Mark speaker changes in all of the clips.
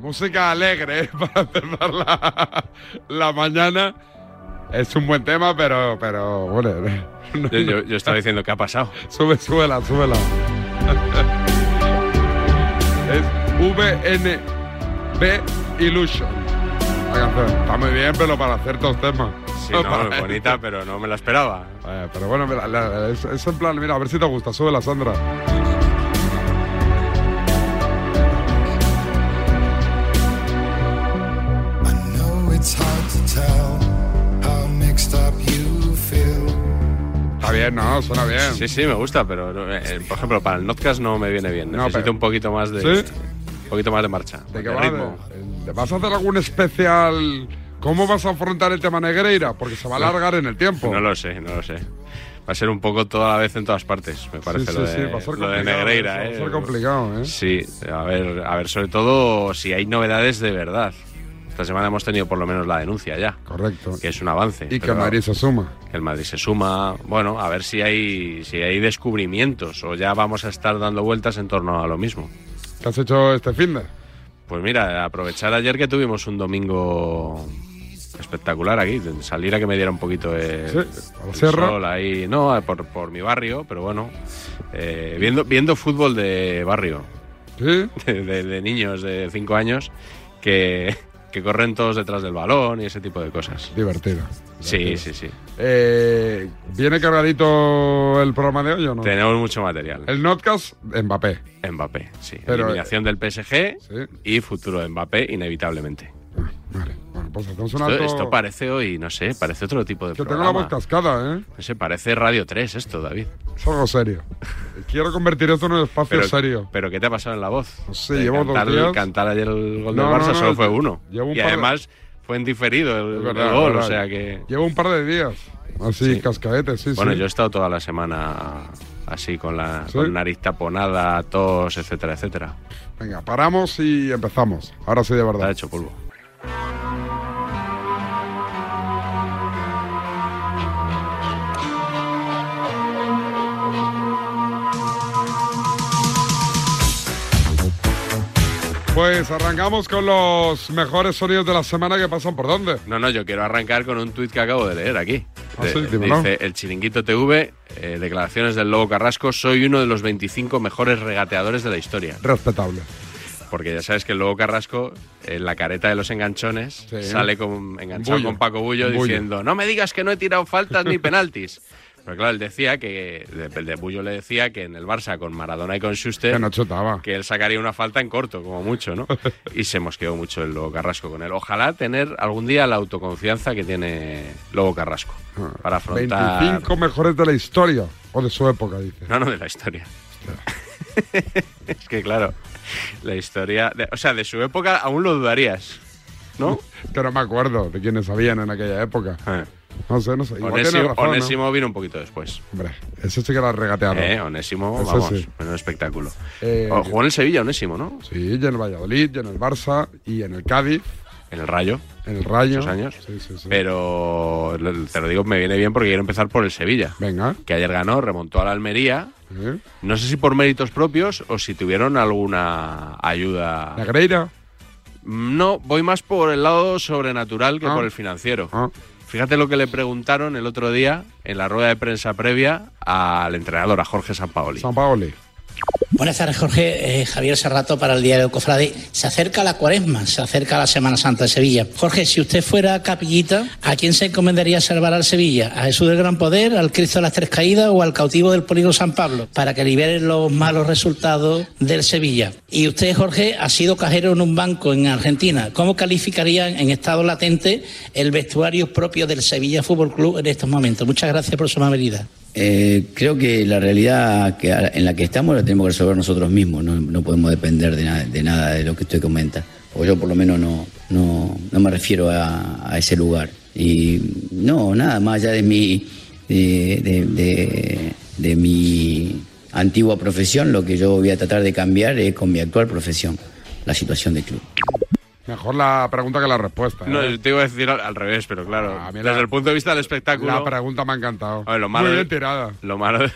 Speaker 1: música alegre ¿eh? para empezar la, la mañana. Es un buen tema, pero, pero bueno. no,
Speaker 2: Yo, yo- yo estaba diciendo qué ha pasado.
Speaker 1: Sube, súbela, súbela. es VNB Illusion. La canción. Está muy bien, pero para ciertos temas.
Speaker 2: Sí, no, es bonita, pero no me la esperaba.
Speaker 1: Eh, pero bueno, mira, la- es, es en plan, mira, a ver si te gusta. Súbela, Sandra.
Speaker 3: know it's hard to tell how mixed up you feel.
Speaker 1: Está bien, ¿no? Suena bien.
Speaker 2: Sí, sí, me gusta, pero no, eh, por ejemplo, para el podcast no me viene bien. Necesito
Speaker 1: pero-
Speaker 2: un poquito más de
Speaker 1: ¿Sí?
Speaker 2: un poquito más de marcha,
Speaker 1: ¿De
Speaker 2: de,
Speaker 1: qué va?
Speaker 2: ritmo.
Speaker 1: ¿De- de- ¿Vas a hacer algún especial? ¿Cómo vas a afrontar el tema Negreira? Porque se va a alargar en el tiempo.
Speaker 2: No lo sé, no lo sé. Va a ser un poco toda la vez en todas partes, me parece
Speaker 1: sí,
Speaker 2: lo
Speaker 1: sí,
Speaker 2: de,
Speaker 1: va a ser
Speaker 2: lo de
Speaker 1: complicado,
Speaker 2: Negreira,
Speaker 1: eso, va a
Speaker 2: eh.
Speaker 1: ser complicado, ¿eh?
Speaker 2: Sí, a ver, a ver, sobre todo si hay novedades de verdad. Esta semana hemos tenido por lo menos la denuncia ya,
Speaker 1: Correcto.
Speaker 2: que es un avance.
Speaker 1: Y que
Speaker 2: pero-
Speaker 1: Madrid se suma.
Speaker 2: que el Madrid se suma. Bueno, a ver si hay, si hay descubrimientos o ya vamos a estar dando vueltas en torno a lo mismo.
Speaker 1: ¿Qué has hecho este fin de?
Speaker 2: Pues mira, aprovechar ayer que tuvimos un domingo espectacular aquí, de salir a que me diera un poquito el,
Speaker 1: Sí, a la
Speaker 2: el
Speaker 1: sierra.
Speaker 2: sol ahí, no, eh, por, por mi barrio, pero bueno, eh, viendo, viendo fútbol de barrio,
Speaker 1: ¿Sí?
Speaker 2: de, de- de niños de 5 años que, que corren todos detrás del balón y ese tipo de cosas.
Speaker 1: Divertido.
Speaker 2: Sí, sí, sí.
Speaker 1: Eh, ¿Viene cargadito el programa de hoy o no?
Speaker 2: Tenemos mucho material.
Speaker 1: El Notcast, Mbappé.
Speaker 2: Mbappé, sí.
Speaker 1: Pero,
Speaker 2: Eliminación del PSG
Speaker 1: Sí.
Speaker 2: y futuro de Mbappé, inevitablemente.
Speaker 1: Vale. Bueno, pues hacemos un
Speaker 2: Esto,
Speaker 1: alto...
Speaker 2: esto parece hoy, no sé, parece otro tipo de
Speaker 1: que tengo la
Speaker 2: programa.
Speaker 1: voz cascada, ¿eh?
Speaker 2: No sé, parece Radio 3 esto, David.
Speaker 1: Es algo serio. Quiero convertir esto en un espacio
Speaker 2: Pero,
Speaker 1: serio.
Speaker 2: pero ¿qué te ha pasado en la voz?
Speaker 1: No sé,
Speaker 2: Eh,
Speaker 1: llevo dos
Speaker 2: cantar,
Speaker 1: días.
Speaker 2: cantar ayer el gol
Speaker 1: No,
Speaker 2: del Barça
Speaker 1: no, no,
Speaker 2: solo fue
Speaker 1: lle-
Speaker 2: uno.
Speaker 1: llevo un
Speaker 2: y
Speaker 1: par de-
Speaker 2: además fue en diferido el,
Speaker 1: Es
Speaker 2: el
Speaker 1: verdad,
Speaker 2: gol, o
Speaker 1: verdad.
Speaker 2: sea que...
Speaker 1: Llevo un par de días. Así,
Speaker 2: Sí.
Speaker 1: cascadetes, sí,
Speaker 2: Bueno,
Speaker 1: sí.
Speaker 2: yo he estado toda la semana así, con la
Speaker 1: Sí.
Speaker 2: con nariz taponada, tos, etcétera, etcétera.
Speaker 1: Venga, paramos y empezamos. Ahora sí, de
Speaker 2: Está
Speaker 1: verdad.
Speaker 2: hecho polvo.
Speaker 1: Pues arrancamos con los mejores sonidos de la semana que pasan por dónde.
Speaker 2: No, no, yo quiero arrancar con un tuit que acabo de leer aquí.
Speaker 1: Ah,
Speaker 2: De-
Speaker 1: sí,
Speaker 2: dice,
Speaker 1: dímelo.
Speaker 2: el chiringuito TV, eh, declaraciones del Lobo Carrasco, soy uno de los 25 mejores regateadores de la historia.
Speaker 1: Respetable.
Speaker 2: Porque ya sabes que el Lobo Carrasco, en la careta de los enganchones,
Speaker 1: Sí.
Speaker 2: sale con, enganchado
Speaker 1: Bullo.
Speaker 2: con Paco Bullo,
Speaker 1: Bullo.
Speaker 2: diciendo, no me digas que no he tirado faltas ni penaltis. Pero claro, él decía que, de, de Bullo le decía que en el Barça con Maradona y con Schuster
Speaker 1: Que no chutaba.
Speaker 2: que él sacaría una falta en corto, como mucho, ¿no? Y se mosqueó mucho el Lobo Carrasco con él. Ojalá tener algún día la autoconfianza que tiene Lobo Carrasco para afrontar...
Speaker 1: 25 mejores de la historia. O de su época, dice.
Speaker 2: No, no, de la historia. es que claro, la historia... de- o sea, de su época aún lo dudarías, ¿no?
Speaker 1: Que no me acuerdo de quiénes sabían en aquella época.
Speaker 2: Eh.
Speaker 1: No sé, no sé. Igual tiene
Speaker 2: Onésimo,
Speaker 1: razón, ¿no?
Speaker 2: Onésimo vino un poquito después.
Speaker 1: Hombre, ese sí que era regateado.
Speaker 2: Eh, Onésimo,
Speaker 1: Eso
Speaker 2: vamos,
Speaker 1: sí.
Speaker 2: menudo espectáculo.
Speaker 1: Eh,
Speaker 2: O jugó en el Sevilla, Onésimo, ¿no?
Speaker 1: Sí, y en el Valladolid, y en el Barça, y en el Cádiz,
Speaker 2: En el Rayo.
Speaker 1: en el Rayo.
Speaker 2: Muchos años.
Speaker 1: Sí, sí, sí.
Speaker 2: Pero lo- te lo digo, me viene bien porque quiero empezar por el Sevilla.
Speaker 1: Venga.
Speaker 2: que ayer ganó, remontó a la Almería.
Speaker 1: ¿eh?
Speaker 2: No sé si por méritos propios o si tuvieron alguna ayuda.
Speaker 1: Negreira.
Speaker 2: No, voy más por el lado sobrenatural que
Speaker 1: Ah.
Speaker 2: por el financiero.
Speaker 1: Ah,
Speaker 2: Fíjate lo que le preguntaron el otro día en la rueda de prensa previa al entrenador, a Jorge Sampaoli.
Speaker 1: San Paoli.
Speaker 4: Buenas tardes, Jorge. Eh, Javier Serrato para el Diario Cofrade. Se acerca la cuaresma, se acerca la Semana Santa de Sevilla. Jorge, si usted fuera capillita, ¿a quién se encomendaría salvar al Sevilla? ¿A Jesús del Gran Poder, al Cristo de las Tres Caídas o al cautivo del Polígono San Pablo? Para que libere los malos resultados del Sevilla. Y usted, Jorge, ha sido cajero en un banco en Argentina. ¿Cómo calificaría en estado latente el vestuario propio del Sevilla Fútbol Club en estos momentos? Muchas gracias por su amabilidad.
Speaker 5: Eh, creo que la realidad que- en la que estamos la tenemos que resolver nosotros mismos, no, no podemos depender de, na- de nada de lo que usted comenta, o yo por lo menos no, no, no me refiero a, a ese lugar. Y no, nada más allá de mi, de, de- de- de mi antigua profesión, lo que yo voy a tratar de cambiar es con mi actual profesión, la situación del club.
Speaker 1: Mejor la pregunta que la respuesta. ¿eh?
Speaker 2: No, yo te iba a decir al, al revés, pero claro,
Speaker 1: Ah, mira.
Speaker 2: desde el punto de vista del espectáculo,
Speaker 1: La pregunta me ha encantado.
Speaker 2: A ver, Ah. lo malo
Speaker 1: Muy
Speaker 2: de-
Speaker 1: bien tirada.
Speaker 2: lo malo de,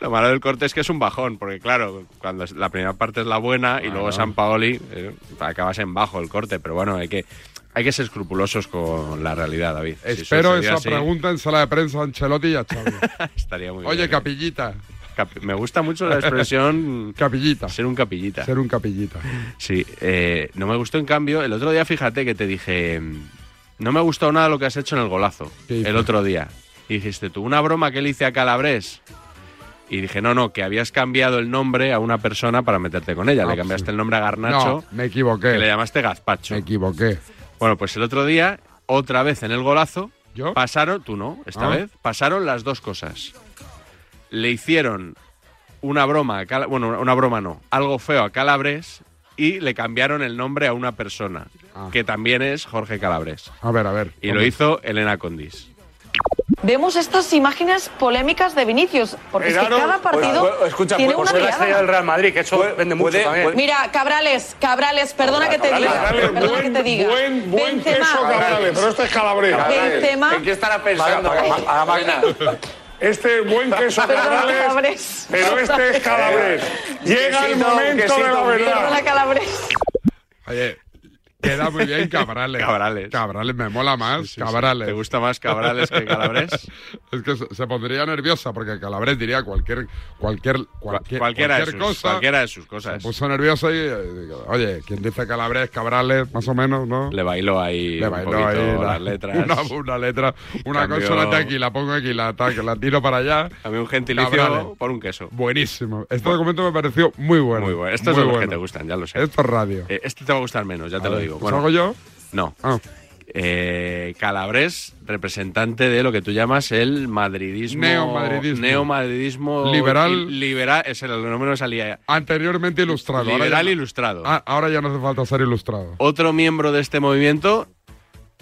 Speaker 2: Lo malo del corte es que es un bajón, porque claro, cuando es- la primera parte es la buena y luego San Paoli, eh, acabas en bajo el corte, pero bueno, hay que, hay que ser escrupulosos con la realidad, David. Si eso
Speaker 1: Espero
Speaker 2: sería
Speaker 1: esa
Speaker 2: así,
Speaker 1: pregunta en sala de prensa a Ancelotti y a Xavi.
Speaker 2: Estaría muy
Speaker 1: Oye,
Speaker 2: bien.
Speaker 1: capillita,
Speaker 2: Cap- me gusta mucho la expresión
Speaker 1: capillita,
Speaker 2: ser un capillita.
Speaker 1: ser un capillita.
Speaker 2: Sí, eh, no me gustó en cambio. El otro día, fíjate que te dije, mm, no me ha gustado nada lo que has hecho en el golazo.
Speaker 1: ¿Qué hice?
Speaker 2: El otro día. Y dijiste tú, una broma que le hice a Calabrés. Y dije, no, no, que habías cambiado el nombre a una persona para meterte con ella.
Speaker 1: Ah,
Speaker 2: le
Speaker 1: pues
Speaker 2: cambiaste
Speaker 1: sí.
Speaker 2: el nombre a Garnacho,
Speaker 1: no, me
Speaker 2: que le
Speaker 1: equivoqué,
Speaker 2: llamaste Gazpacho.
Speaker 1: me equivoqué.
Speaker 2: Bueno, pues el otro día, otra vez en el golazo,
Speaker 1: ¿Yo?
Speaker 2: pasaron, tú no, esta
Speaker 1: Ah.
Speaker 2: vez, pasaron las dos cosas. Le hicieron una broma, a Cala- bueno, una broma no, algo feo a Calabres y le cambiaron el nombre a una persona,
Speaker 1: Ah.
Speaker 2: que también es Jorge Calabres.
Speaker 1: A ver, a ver.
Speaker 2: Y lo hizo Elena Condis.
Speaker 6: Vemos estas imágenes polémicas de Vinicius,
Speaker 7: Pues,
Speaker 6: porque es que cada partido tiene una
Speaker 7: estrella del
Speaker 6: mirada.
Speaker 7: Real Madrid, que eso vende mucho también.
Speaker 6: Mira, Cabrales, Cabrales, perdona que te diga, perdona que te diga. Benzema,
Speaker 8: pero este es calabrés.
Speaker 6: Benzema,
Speaker 7: ¿En qué estará pensando?
Speaker 8: A la máquina. Este es buen queso
Speaker 6: perdona
Speaker 8: calabrés,
Speaker 6: Cabrales,
Speaker 8: pero este es calabrés. Llega el
Speaker 7: quesito,
Speaker 8: momento de la
Speaker 7: quesito.
Speaker 8: verdad.
Speaker 6: perdona Cabrales.
Speaker 1: Oye, queda muy bien Cabrales.
Speaker 2: Cabrales.
Speaker 1: Cabrales, me mola más. Cabrales.
Speaker 2: ¿Te gusta más Cabrales que Calabres?
Speaker 1: Es que se, se pondría nerviosa porque Calabres diría cualquier cualquier
Speaker 2: Cual-
Speaker 1: cualquier,
Speaker 2: cualquiera, de
Speaker 1: cualquier
Speaker 2: sus,
Speaker 1: cosa.
Speaker 2: cualquiera de sus
Speaker 1: Se
Speaker 2: cosas.
Speaker 1: puso nerviosa y eh, digo, oye, quien dice Calabres, Cabrales, más o menos, ¿no?
Speaker 2: Le bailó ahí un poquito
Speaker 1: la-
Speaker 2: las letras.
Speaker 1: Una, una letra, una
Speaker 2: Cambió-
Speaker 1: consonante aquí, la pongo aquí, la, ta- la tiro para allá.
Speaker 2: También un gentilicio
Speaker 1: Cabrales.
Speaker 2: por un queso.
Speaker 1: Buenísimo. Este documento me pareció muy bueno.
Speaker 2: Muy bueno. Estos
Speaker 1: muy
Speaker 2: son los que
Speaker 1: bueno.
Speaker 2: te gustan, ya lo sé.
Speaker 1: Esto es radio.
Speaker 2: Eh, Este te va a gustar menos, ya te
Speaker 1: A
Speaker 2: lo
Speaker 1: ver,
Speaker 2: digo.
Speaker 1: ¿pues hago yo?
Speaker 2: No.
Speaker 1: Ah.
Speaker 2: Eh, Calabrés, representante de lo que tú llamas el madridismo.
Speaker 1: Neomadridismo.
Speaker 2: neomadridismo
Speaker 1: Liberal.
Speaker 2: y- Liberal. Es el nombre no salía.
Speaker 1: Anteriormente ilustrado. ahora
Speaker 2: liberal
Speaker 1: ya-
Speaker 2: ilustrado.
Speaker 1: Ah, ahora ya no hace falta ser ilustrado.
Speaker 2: Otro miembro de este movimiento.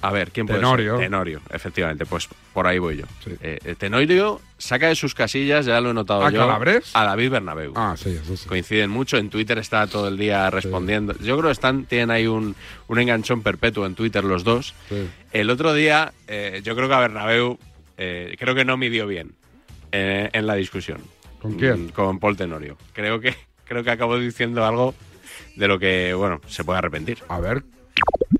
Speaker 2: A ver, ¿quién puede
Speaker 1: Tenorio.
Speaker 2: ser? Tenorio, efectivamente. Pues por ahí voy yo.
Speaker 1: Sí.
Speaker 2: Eh, eh, Tenorio saca de sus casillas, ya lo he notado
Speaker 1: ¿A
Speaker 2: yo.
Speaker 1: Calabrés?
Speaker 2: A David Bernabeu.
Speaker 1: Ah, sí, eso sí.
Speaker 2: coinciden mucho. En Twitter está todo el día respondiendo. Yo creo que están, tienen ahí un, un enganchón perpetuo en Twitter los dos.
Speaker 1: Sí.
Speaker 2: El otro día, eh, yo creo que a Bernabeu, eh, creo que no midió bien eh, en la discusión.
Speaker 1: ¿Con quién?
Speaker 2: Mm, Con Paul Tenorio. Creo que, creo que acabó diciendo algo de lo que, bueno, se puede arrepentir.
Speaker 1: A ver,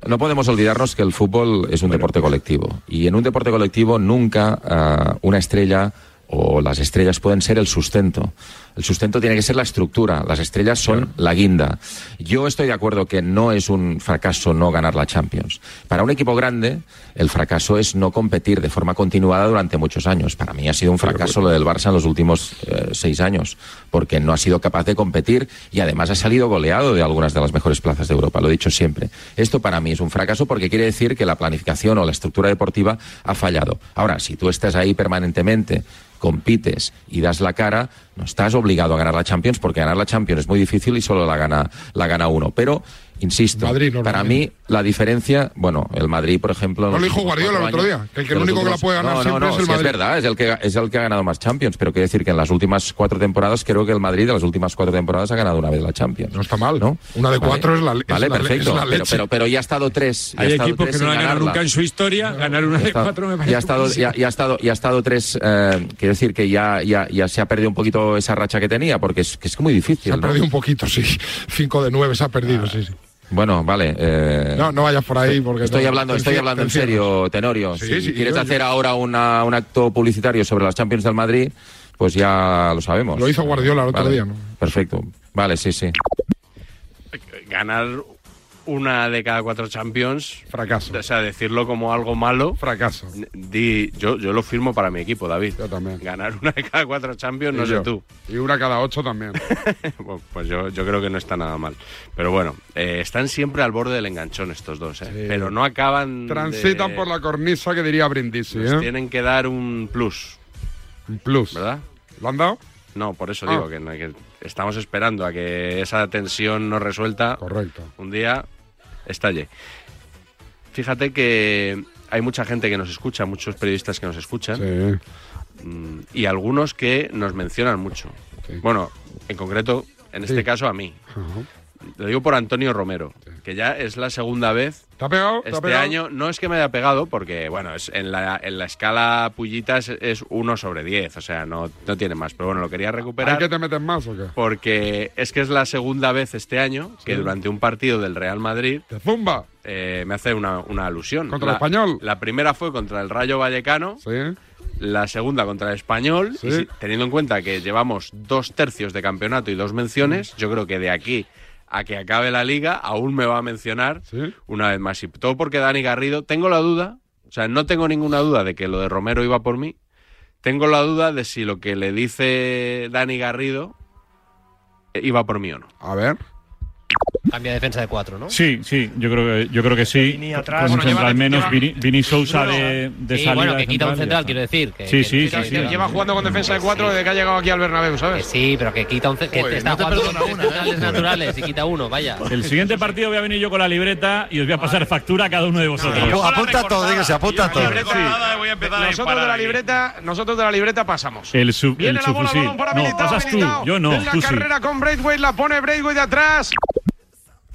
Speaker 9: No podemos olvidarnos que el fútbol es un deporte colectivo y en un deporte colectivo nunca ah, una estrella o las estrellas pueden ser el sustento. El sustento tiene que ser la estructura, las estrellas son la guinda. Yo estoy de acuerdo que no es un fracaso no ganar la Champions. Para un equipo grande, el fracaso es no competir de forma continuada durante muchos años. Para mí ha sido un fracaso lo del Barça en los últimos eh, seis años, porque no ha sido capaz de competir y además ha salido goleado de algunas de las mejores plazas de Europa, lo he dicho siempre. Esto para mí es un fracaso porque quiere decir que la planificación o la estructura deportiva ha fallado. Ahora, si tú estás ahí permanentemente, compites y das la cara, no estás obligado a ganar la Champions porque ganar la Champions es muy difícil y solo la gana, la gana uno. Pero, insisto,
Speaker 1: Madrid, normalmente.
Speaker 9: para mí la diferencia, bueno, el Madrid, por ejemplo... en
Speaker 1: No
Speaker 9: los
Speaker 1: lo dijo
Speaker 9: últimos
Speaker 1: Guardiola el
Speaker 9: cuatro
Speaker 1: otro
Speaker 9: años,
Speaker 1: día, que el que-
Speaker 9: de
Speaker 1: el
Speaker 9: los
Speaker 1: único que la puede ganar
Speaker 9: No, no,
Speaker 1: siempre
Speaker 9: no,
Speaker 1: es el
Speaker 9: sí,
Speaker 1: Madrid.
Speaker 9: verdad verdad, es el, que, es el que ha ganado más Champions, pero quiere decir que en las últimas cuatro temporadas, creo que el Madrid de las últimas cuatro temporadas ha ganado una vez la Champions.
Speaker 1: No está mal.
Speaker 9: ¿no?
Speaker 1: Una de cuatro es la le- es
Speaker 9: Vale,
Speaker 1: la le-
Speaker 9: perfecto.
Speaker 1: es la
Speaker 9: pero,
Speaker 1: leche.
Speaker 9: pero, pero ya ha estado tres. ya ha
Speaker 10: Hay
Speaker 9: estado
Speaker 10: equipos
Speaker 9: tres
Speaker 10: que no
Speaker 9: sin
Speaker 10: la han ganado
Speaker 9: ganarla.
Speaker 10: nunca en su historia. Ganar una
Speaker 9: Ya
Speaker 10: de
Speaker 9: está-
Speaker 10: cuatro me parece.
Speaker 9: ya ha estado
Speaker 10: buenísimo.
Speaker 9: ya, ya ha estado ya ha estado tres eh, quiero decir que ya, ya ya se ha perdido un poquito esa racha que tenía porque es que es muy difícil
Speaker 1: se ha
Speaker 9: ¿no?
Speaker 1: perdido un poquito, sí. 5 de 9 se ha perdido,
Speaker 2: Ah,
Speaker 1: sí, sí.
Speaker 9: bueno vale eh,
Speaker 1: No, no vayas por ahí porque...
Speaker 9: Estoy
Speaker 1: te-
Speaker 9: hablando,
Speaker 1: te
Speaker 9: estoy
Speaker 1: encie-
Speaker 9: hablando
Speaker 1: te
Speaker 9: en
Speaker 1: encierras.
Speaker 9: serio, Tenorio.
Speaker 1: Sí,
Speaker 9: si
Speaker 1: sí,
Speaker 9: quieres
Speaker 1: yo-
Speaker 9: hacer ahora una- un acto publicitario sobre las Champions del Madrid, pues ya lo sabemos.
Speaker 1: Lo hizo Guardiola el otro
Speaker 9: Vale,
Speaker 1: día, ¿no?
Speaker 9: Perfecto. Vale, sí, sí.
Speaker 2: Ganar una de cada cuatro Champions,
Speaker 1: Fracaso.
Speaker 2: o sea, decirlo como algo malo.
Speaker 1: Fracaso.
Speaker 2: Di, yo, yo lo firmo para mi equipo, David.
Speaker 1: Yo también.
Speaker 2: Ganar una de cada cuatro Champions, no
Speaker 1: Y
Speaker 2: sé
Speaker 1: yo.
Speaker 2: tú.
Speaker 1: Y una cada 8 también.
Speaker 2: Bueno, Pues yo, yo creo que no está nada mal. Pero bueno, eh, están siempre al borde del enganchón estos dos, ¿eh?
Speaker 1: Sí.
Speaker 2: Pero no acaban.
Speaker 1: Transitan
Speaker 2: de-
Speaker 1: por la cornisa que diría Brindisi,
Speaker 2: les
Speaker 1: ¿eh?
Speaker 2: Tienen que dar un plus,
Speaker 1: Un plus.
Speaker 2: ¿verdad?
Speaker 1: ¿Lo han dado?
Speaker 2: No, por eso
Speaker 1: Ah.
Speaker 2: digo que, no- que estamos esperando a que esa tensión no resuelta
Speaker 1: Correcto.
Speaker 2: un día estalle. Fíjate que hay mucha gente que nos escucha, muchos periodistas que nos escuchan.
Speaker 1: Sí.
Speaker 2: Mm, y algunos que nos mencionan mucho.
Speaker 1: Sí.
Speaker 2: Bueno, en concreto, en este
Speaker 1: Sí.
Speaker 2: caso a mí.
Speaker 1: Ajá.
Speaker 2: Lo digo por Antonio Romero, que ya es la segunda vez
Speaker 1: ¿Te ha pegado? Oh, ¿Te ha
Speaker 2: este
Speaker 1: pegado?
Speaker 2: año. No es que me haya pegado, porque, bueno, es en, la, en la escala Pullitas es 1 sobre 10, o sea, no, no tiene más. Pero bueno, lo quería
Speaker 1: ¿Hay
Speaker 2: recuperar
Speaker 1: que te metes más o qué?
Speaker 2: porque es que es la segunda vez este año que durante un partido del Real Madrid
Speaker 1: ¿Te zumba?
Speaker 2: eh, me hace una, una alusión.
Speaker 1: ¿Contra
Speaker 2: La-
Speaker 1: el Español?
Speaker 2: La primera fue contra el Rayo Vallecano.
Speaker 1: Sí.
Speaker 2: la segunda contra el español.
Speaker 1: Sí.
Speaker 2: Y si- teniendo en cuenta que llevamos dos tercios de campeonato y dos menciones, yo creo que de aquí a que acabe la liga aún me va a mencionar
Speaker 1: Sí.
Speaker 2: una vez más. Y todo porque Dani Garrido, tengo la duda, o sea, no tengo ninguna duda de que lo de Romero iba por mí. Tengo la duda de si lo que le dice Dani Garrido eh, iba por mí o no.
Speaker 1: A ver.
Speaker 10: Cambia de defensa de cuatro, ¿no?
Speaker 11: Sí, sí, yo creo que, yo creo que sí.
Speaker 10: Vini
Speaker 11: Con
Speaker 10: atrás.
Speaker 11: un
Speaker 10: Bueno, lleva-
Speaker 11: central menos, Vini, Vini Sousa
Speaker 10: No, no.
Speaker 11: de, de
Speaker 10: Sí,
Speaker 11: salida.
Speaker 10: bueno,
Speaker 11: de
Speaker 10: que quita un
Speaker 11: y ya
Speaker 10: central,
Speaker 11: está.
Speaker 10: quiero decir. Que,
Speaker 11: Sí,
Speaker 10: que
Speaker 11: sí,
Speaker 10: quita-
Speaker 11: sí,
Speaker 10: que
Speaker 11: sí.
Speaker 10: Lleva jugando con defensa de cuatro desde que ha llegado aquí al Bernabéu, ¿sabes? sí, pero que quita un ce- que
Speaker 11: Joder,
Speaker 10: está
Speaker 11: no te
Speaker 10: jugando
Speaker 11: perdona
Speaker 10: con
Speaker 11: una,
Speaker 10: tres centrales naturales y quita uno, vaya.
Speaker 11: El siguiente partido voy a venir yo con la libreta y os voy a pasar factura a cada uno de vosotros.
Speaker 12: Apunta todo, dígase, apunta todo.
Speaker 7: Nosotros de la libreta, nosotros de la libreta pasamos.
Speaker 11: El, sub,
Speaker 7: Viene
Speaker 11: el
Speaker 7: la bola,
Speaker 11: subfusil.
Speaker 7: balón para
Speaker 11: No,
Speaker 7: Militao,
Speaker 11: pasas tú,
Speaker 7: Militao.
Speaker 11: yo no,
Speaker 7: En la
Speaker 11: tú sí.
Speaker 7: carrera con Braithwaite la pone Braithwaite de atrás.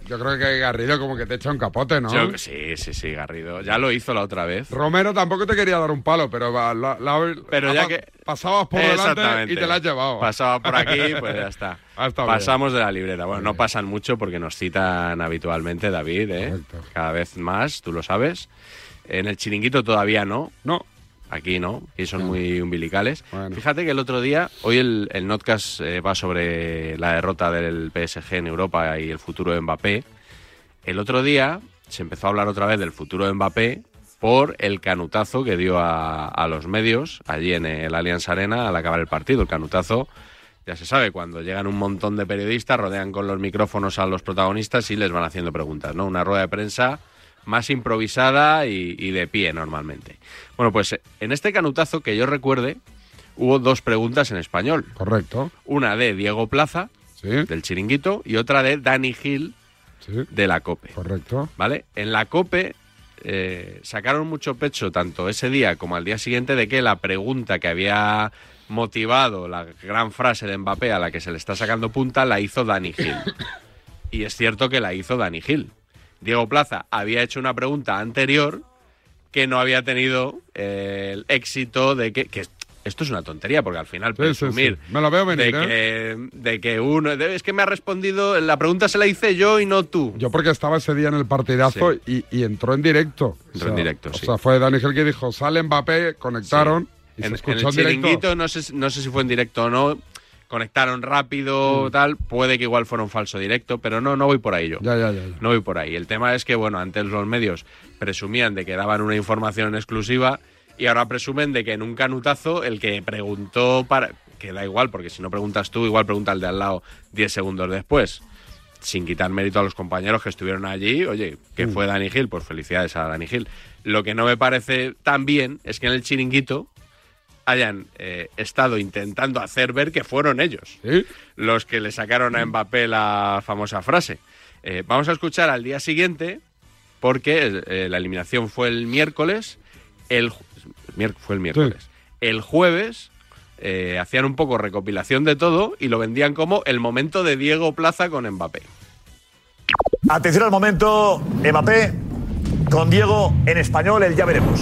Speaker 1: Yo creo que Garrido como que te echa un capote, ¿no?
Speaker 2: Yo- sí, sí, sí, Garrido. Ya lo hizo la otra vez.
Speaker 1: Romero tampoco te quería dar un palo, pero va- la- la-
Speaker 2: Pero ya
Speaker 1: pa-
Speaker 2: que-
Speaker 1: pasabas por delante y te la has llevado.
Speaker 2: Pasaba por aquí, pues ya está.
Speaker 1: Ha estado bien.
Speaker 2: Pasamos de la libreta. Bueno, no pasan mucho porque nos citan habitualmente, David, ¿eh? cada vez más, tú lo sabes. En el chiringuito todavía no.
Speaker 1: No.
Speaker 2: Aquí no, aquí son muy umbilicales. Fíjate que el otro día, hoy el, el Notcast eh, va sobre la derrota del PSG en Europa y el futuro de Mbappé. El otro día se empezó a hablar otra vez del futuro de Mbappé por el canutazo que dio a, a los medios allí en el Allianz Arena al acabar el partido. El canutazo, ya se sabe, cuando llegan un montón de periodistas, rodean con los micrófonos a los protagonistas y les van haciendo preguntas, ¿no? Una rueda de prensa más improvisada y, y de pie normalmente. Bueno, pues eh, en este canutazo que yo recuerde, hubo dos preguntas en español.
Speaker 1: Correcto.
Speaker 2: Una de Diego Plaza, del Chiringuito, y otra de Dani Gil, de la COPE.
Speaker 1: Correcto.
Speaker 2: ¿Vale? En la COPE eh, sacaron mucho pecho, tanto ese día como al día siguiente, de que la pregunta que había motivado la gran frase de Mbappé a la que se le está sacando punta la hizo Dani Gil. Y es cierto que la hizo Dani Gil. Diego Plaza había hecho una pregunta anterior que no había tenido eh, el éxito de que, que esto es una tontería porque al final
Speaker 1: Sí, sí,
Speaker 2: presumir
Speaker 1: sí. Me lo veo venir,
Speaker 2: de,
Speaker 1: ¿eh?
Speaker 2: que, de que uno de- es que me ha respondido la pregunta se la hice yo y no tú
Speaker 1: Yo porque estaba ese día en el partidazo y, y entró en directo.
Speaker 2: Entró en directo,
Speaker 1: O
Speaker 2: sí.
Speaker 1: sea, fue Daniel que dijo, sale Mbappé, conectaron y
Speaker 2: en,
Speaker 1: se
Speaker 2: en
Speaker 1: escuchó
Speaker 2: el
Speaker 1: en, directo.
Speaker 2: chiringuito, no sé, si- no sé si fue en directo o no. Conectaron rápido,
Speaker 1: Mm.
Speaker 2: tal. Puede que igual fuera un falso directo, pero no, no voy por ahí yo.
Speaker 1: Ya, ya, ya. ya.
Speaker 2: No voy por ahí. El tema es que, bueno, antes los medios presumían de que daban una información exclusiva y ahora presumen de que en un canutazo el que preguntó para. que da igual, porque si no preguntas tú, igual pregunta el de al lado 10 segundos después. Sin quitar mérito a los compañeros que estuvieron allí, oye, que
Speaker 1: Mm.
Speaker 2: fue Dani Gil, pues felicidades a Dani Gil. Lo que no me parece tan bien es que en el chiringuito hayan eh, estado intentando hacer ver que fueron ellos los que le sacaron a Mbappé la famosa frase. Eh, vamos a escuchar al día siguiente, porque eh, la eliminación fue el miércoles. El, ju- mier- fue el miércoles. El jueves eh, hacían un poco recopilación de todo y lo vendían como el momento de Diego Plaza con Mbappé.
Speaker 13: Atención al momento, Mbappé, con Diego en español, el ya veremos.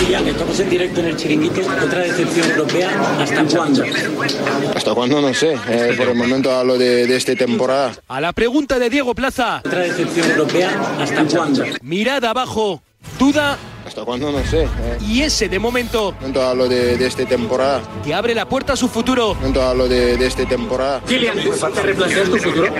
Speaker 14: Julián,
Speaker 15: pues,
Speaker 14: estamos en directo en el chiringuito, otra decepción europea, ¿hasta cuándo?
Speaker 16: ¿Hasta cuándo? No sé. Eh, por el momento hablo de, de esta temporada.
Speaker 14: A la pregunta de Diego Plaza. Otra decepción europea, ¿hasta cuándo? Mirada abajo, duda.
Speaker 16: ¿Hasta cuándo? No sé. Eh,
Speaker 14: Y ese de momento
Speaker 16: por el momento hablo de, de esta temporada.
Speaker 14: que abre la puerta a su futuro.
Speaker 16: Por el momento hablo de, de esta temporada.
Speaker 14: Kylian, ¿te replanteas tu futuro?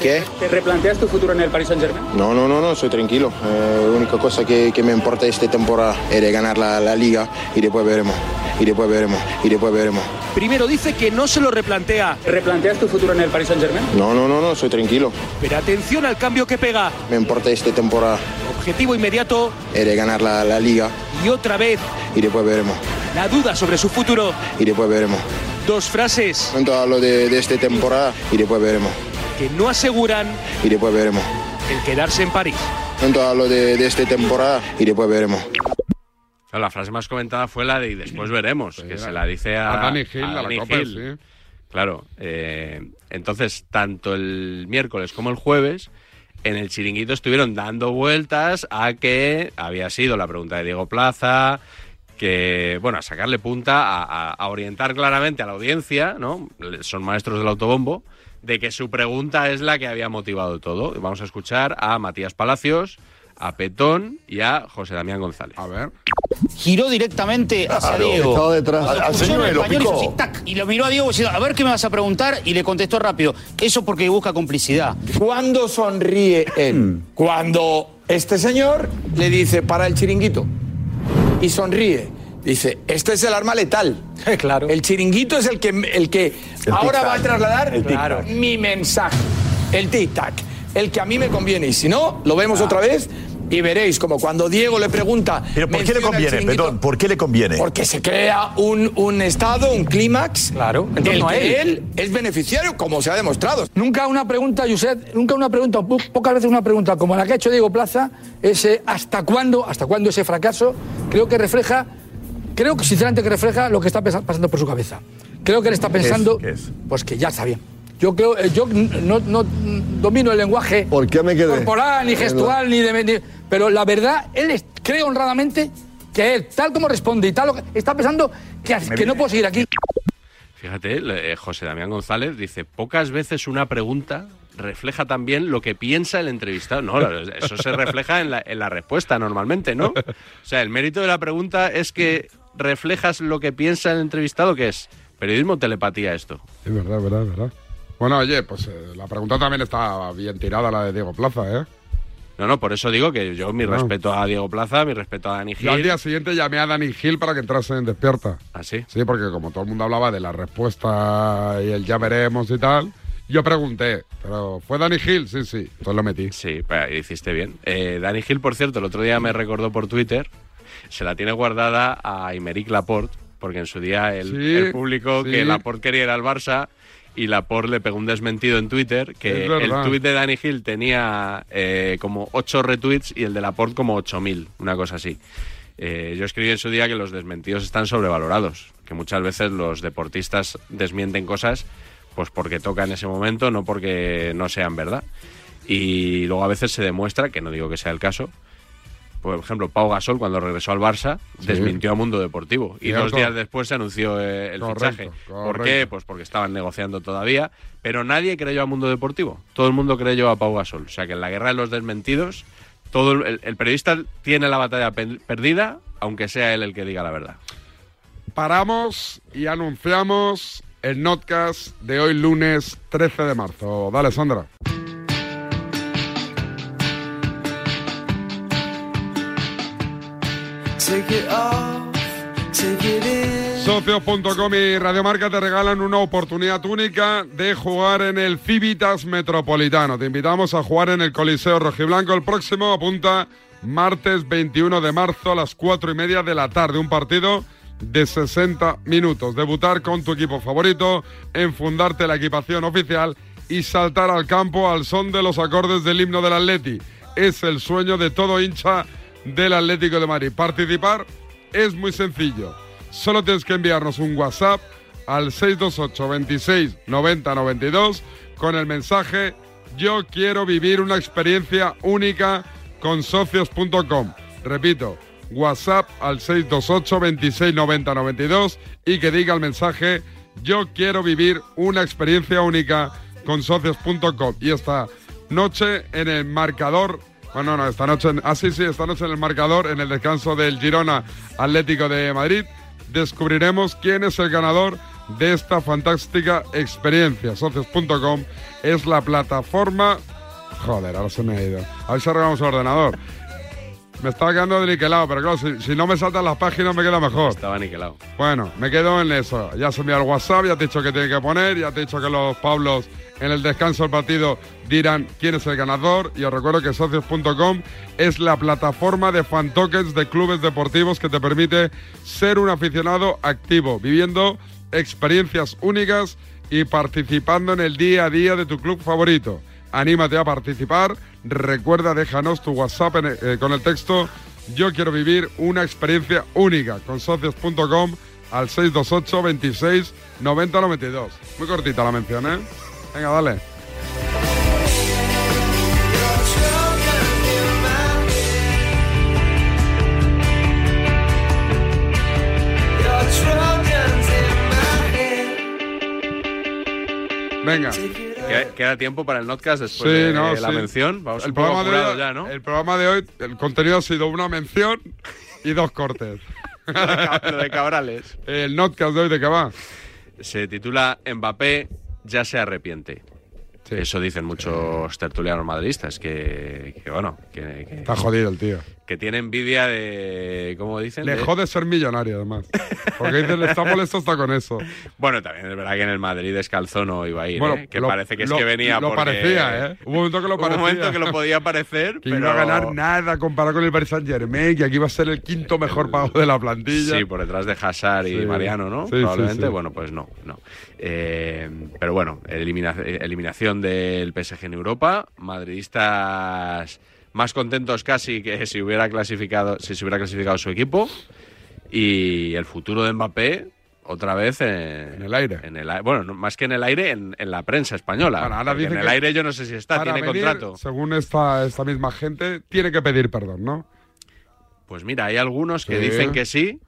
Speaker 16: ¿Qué?
Speaker 14: ¿Te replanteas tu futuro en el Paris Saint-Germain?
Speaker 16: No, no, no, no, soy tranquilo. Eh, la única cosa que, que me importa esta temporada es de ganar la, la liga y después veremos. Y después veremos. Y después veremos.
Speaker 14: Primero dice que no se lo replantea. ¿Replanteas tu futuro en el Paris Saint-Germain?
Speaker 16: No, no, no, no, soy tranquilo.
Speaker 14: Pero atención al cambio que pega.
Speaker 16: Me importa esta temporada
Speaker 14: Objetivo inmediato
Speaker 16: es de ganar la, la liga
Speaker 14: y otra vez
Speaker 16: y después veremos.
Speaker 14: la duda sobre su futuro.
Speaker 16: Y después veremos.
Speaker 14: Dos frases
Speaker 16: Por el momento hablo de, de esta temporada y después veremos.
Speaker 14: que no aseguran
Speaker 16: Y después veremos.
Speaker 14: el quedarse en París.
Speaker 16: Tanto hablo de, de esta temporada y después veremos.
Speaker 2: Claro, la frase más comentada fue la de y después veremos, que se la dice a,
Speaker 1: A Dani Gil,
Speaker 2: a
Speaker 1: a la
Speaker 2: Dani
Speaker 1: Copa,
Speaker 2: Gil. Claro. eh, entonces, tanto el miércoles como el jueves, en el chiringuito estuvieron dando vueltas a que había sido la pregunta de Diego Plaza, que, bueno, a sacarle punta, a, a- a orientar claramente a la audiencia, ¿no? Le- Son maestros del autobombo, de que su pregunta es la que había motivado todo. Y Vamos a escuchar a Matías Palacios, a Petón y a José Damián González. A ver.
Speaker 17: giró directamente hacia
Speaker 2: Claro,
Speaker 17: Diego.
Speaker 2: estaba detrás.
Speaker 17: Lo
Speaker 2: Al- al
Speaker 17: escuchó en
Speaker 2: señor y lo
Speaker 17: español y hizo
Speaker 2: picó.
Speaker 17: así, tac, Y lo miró a Diego diciendo, a ver qué me vas a preguntar, y le contestó rápido. Eso porque busca complicidad. Mm.
Speaker 15: ¿Cuándo sonríe él? Cuando este señor le dice para el chiringuito y sonríe. Dice, este es el arma letal. Claro. El chiringuito es el que, el que ahora
Speaker 18: tic-tac.
Speaker 15: va a trasladar
Speaker 18: El tic-tac.
Speaker 15: Claro. mi mensaje. El tic-tac. El que a mí me conviene. Y si no, lo vemos otra vez y veréis como cuando Diego le pregunta.
Speaker 13: Pero ¿por qué le
Speaker 15: menciona el
Speaker 13: conviene,
Speaker 15: chiringuito,
Speaker 13: perdón? ¿Por qué le conviene?
Speaker 15: Porque se crea un, un estado, un clímax, claro,
Speaker 13: en torno a él.
Speaker 15: él es beneficiario, como se ha demostrado.
Speaker 19: Nunca una pregunta, Josep, nunca una pregunta, po- pocas veces una pregunta como la que ha hecho Diego Plaza, ese hasta cuándo, hasta cuándo ese fracaso, creo que refleja, creo que sinceramente que refleja lo que está pesa- pasando por su cabeza. Creo que él está
Speaker 13: ¿Qué es?
Speaker 19: pensando,
Speaker 13: ¿Qué es?
Speaker 19: pues que ya está bien. Yo creo, eh, yo n- no, no, mm, domino el lenguaje corporal,
Speaker 18: Eh,
Speaker 19: ni gestual, ni de... ni- pero la verdad, él es- cree honradamente que él, tal como responde y tal, lo que- está pensando que, que no puedo seguir aquí.
Speaker 2: Fíjate, le- eh, José Damián González dice, pocas veces una pregunta refleja también lo que piensa el entrevistado. No, la- eso se refleja en la, en la respuesta normalmente, ¿no? O sea, el mérito de la pregunta es que reflejas lo que piensa el entrevistado, que es periodismo o telepatía esto.
Speaker 1: Es verdad, es verdad, es verdad. Bueno, oye, pues eh, la pregunta también está bien tirada, la de Diego Plaza, ¿eh?
Speaker 2: No, no, por eso digo que yo mi
Speaker 1: No.
Speaker 2: respeto a Diego Plaza, mi respeto a Dani
Speaker 1: Yo al
Speaker 2: Gil.
Speaker 1: día siguiente llamé a Dani Gil para que entrase en Despierta.
Speaker 2: ¿Ah, sí?
Speaker 1: Sí, porque como todo el mundo hablaba de la respuesta y el ya veremos y tal, yo pregunté, pero ¿fue Dani Gil? Sí, sí. Entonces lo metí.
Speaker 2: Sí, pa- hiciste bien. Eh, Dani Gil, por cierto, el otro día me recordó por Twitter, se la tiene guardada a Imeric Laporte, porque en su día el,
Speaker 1: Sí,
Speaker 2: el público
Speaker 1: sí.
Speaker 2: que Laporte quería ir al Barça y Laporte le pegó un desmentido en Twitter, que
Speaker 1: Es verdad.
Speaker 2: el tuit de Dani Gil tenía eh, como 8 retweets y el de Laporte como 8.000, una cosa así. Eh, yo escribí en su día que los desmentidos están sobrevalorados, que muchas veces los deportistas desmienten cosas pues porque toca en ese momento, no porque no sean verdad. Y luego a veces se demuestra, que no digo que sea el caso, por ejemplo, Pau Gasol cuando regresó al Barça
Speaker 1: Sí.
Speaker 2: desmintió a Mundo Deportivo y
Speaker 1: Cierto.
Speaker 2: dos días después se anunció eh, el
Speaker 1: Correcto,
Speaker 2: fichaje. ¿Por
Speaker 1: correcto.
Speaker 2: qué? Pues porque estaban negociando todavía, pero nadie creyó a Mundo Deportivo, todo el mundo creyó a Pau Gasol. O sea que en la guerra de los desmentidos, todo el, el periodista tiene la batalla pe- perdida, aunque sea él el que diga la verdad.
Speaker 1: Paramos y anunciamos el notcast de hoy lunes 13 de marzo. Dale, Sandra.
Speaker 3: Take it off, take it in.
Speaker 1: Socios.com y Radiomarca te regalan una oportunidad única de jugar en el Civitas Metropolitano. Te invitamos a jugar en el Coliseo Rojiblanco el próximo, apunta martes 21 de marzo a las 4 y media de la tarde. Un partido de 60 minutos. Debutar con tu equipo favorito, enfundarte la equipación oficial y saltar al campo al son de los acordes del himno del Atleti. Es el sueño de todo hincha del Atlético de Madrid. Participar es muy sencillo. Solo tienes que enviarnos un WhatsApp al 628 26 90 92 con el mensaje Yo quiero vivir una experiencia única con socios.com. Repito, WhatsApp al 628 26 90 92 y que diga el mensaje Yo quiero vivir una experiencia única con socios.com. Y esta noche en el marcador bueno, no, esta noche, en- ah, sí, sí, esta noche en el marcador, en el descanso del Girona Atlético de Madrid, descubriremos quién es el ganador de esta fantástica experiencia. Socios.com es la plataforma. Joder, ahora se me ha ido. A ver si arreglamos el ordenador. Me estaba quedando niquelado, pero claro, si, si no me saltan las páginas me queda mejor.
Speaker 2: Estaba aniquilado.
Speaker 1: Bueno, me quedo en eso. Ya se envía el WhatsApp, ya te he dicho que tiene que poner, ya te he dicho que los Pablos en el descanso del partido dirán quién es el ganador. Y os recuerdo que socios.com es la plataforma de fan tokens de clubes deportivos que te permite ser un aficionado activo, viviendo experiencias únicas y participando en el día a día de tu club favorito. Anímate a participar. Recuerda, déjanos tu WhatsApp en- eh, con el texto Yo quiero vivir una experiencia única. Con socios.com al 628 26 90 92. Muy cortita la mención, ¿eh? Venga, dale. Venga.
Speaker 2: Queda, queda tiempo para el podcast después
Speaker 1: Sí,
Speaker 2: de
Speaker 1: no,
Speaker 2: la
Speaker 1: sí.
Speaker 2: mención. Vamos
Speaker 1: el
Speaker 2: un poco
Speaker 1: programa, de
Speaker 2: apurados
Speaker 1: hoy,
Speaker 2: ya, ¿no?
Speaker 1: el programa de hoy, el contenido ha sido una mención y dos cortes.
Speaker 2: Lo de Cabrales.
Speaker 1: El notcast de hoy, ¿de qué va?
Speaker 2: Se titula Mbappé ya se arrepiente. Eso dicen muchos tertulianos madridistas, Eh, que, que, bueno, que, que-
Speaker 1: Está jodido el tío.
Speaker 2: que tiene envidia de, ¿cómo dicen?
Speaker 1: Le
Speaker 2: De-
Speaker 1: jode ser millonario, además. Porque dice, le está molesto hasta con eso.
Speaker 2: Bueno, también es verdad que en el Madrid descalzo no iba a ir,
Speaker 1: Bueno,
Speaker 2: ¿eh? que
Speaker 1: lo-
Speaker 2: parece que es
Speaker 1: lo-
Speaker 2: que venía
Speaker 1: lo
Speaker 2: porque-
Speaker 1: parecía, ¿eh? Hubo un momento que lo
Speaker 2: Hubo
Speaker 1: parecía.
Speaker 2: un momento que lo podía parecer,
Speaker 1: Que
Speaker 2: pero...
Speaker 1: iba a ganar nada comparado con el Paris Saint Germain, que aquí iba a ser el quinto mejor pago de la plantilla.
Speaker 2: Eh, Sí, por detrás de Hazard y
Speaker 1: Sí.
Speaker 2: Mariano, ¿no?
Speaker 1: Sí, sí,
Speaker 2: Probablemente,
Speaker 1: sí.
Speaker 2: bueno, pues no, no. Eh, pero bueno, elimina- eh, eliminación del PSG en Europa, madridistas más contentos casi que si hubiera clasificado, si se hubiera clasificado su equipo y el futuro de Mbappé otra vez en, el
Speaker 1: aire.
Speaker 2: bueno, no- más que en el aire, en, en la prensa española.
Speaker 1: Bueno, ahora
Speaker 2: Porque
Speaker 1: dice
Speaker 2: en el
Speaker 1: que
Speaker 2: aire yo no sé si está,
Speaker 1: Para
Speaker 2: tiene
Speaker 1: venir,
Speaker 2: contrato.
Speaker 1: Según esta, esta misma gente, tiene que pedir perdón, ¿no?
Speaker 2: Pues mira, hay algunos que
Speaker 1: Sí.
Speaker 2: dicen que sí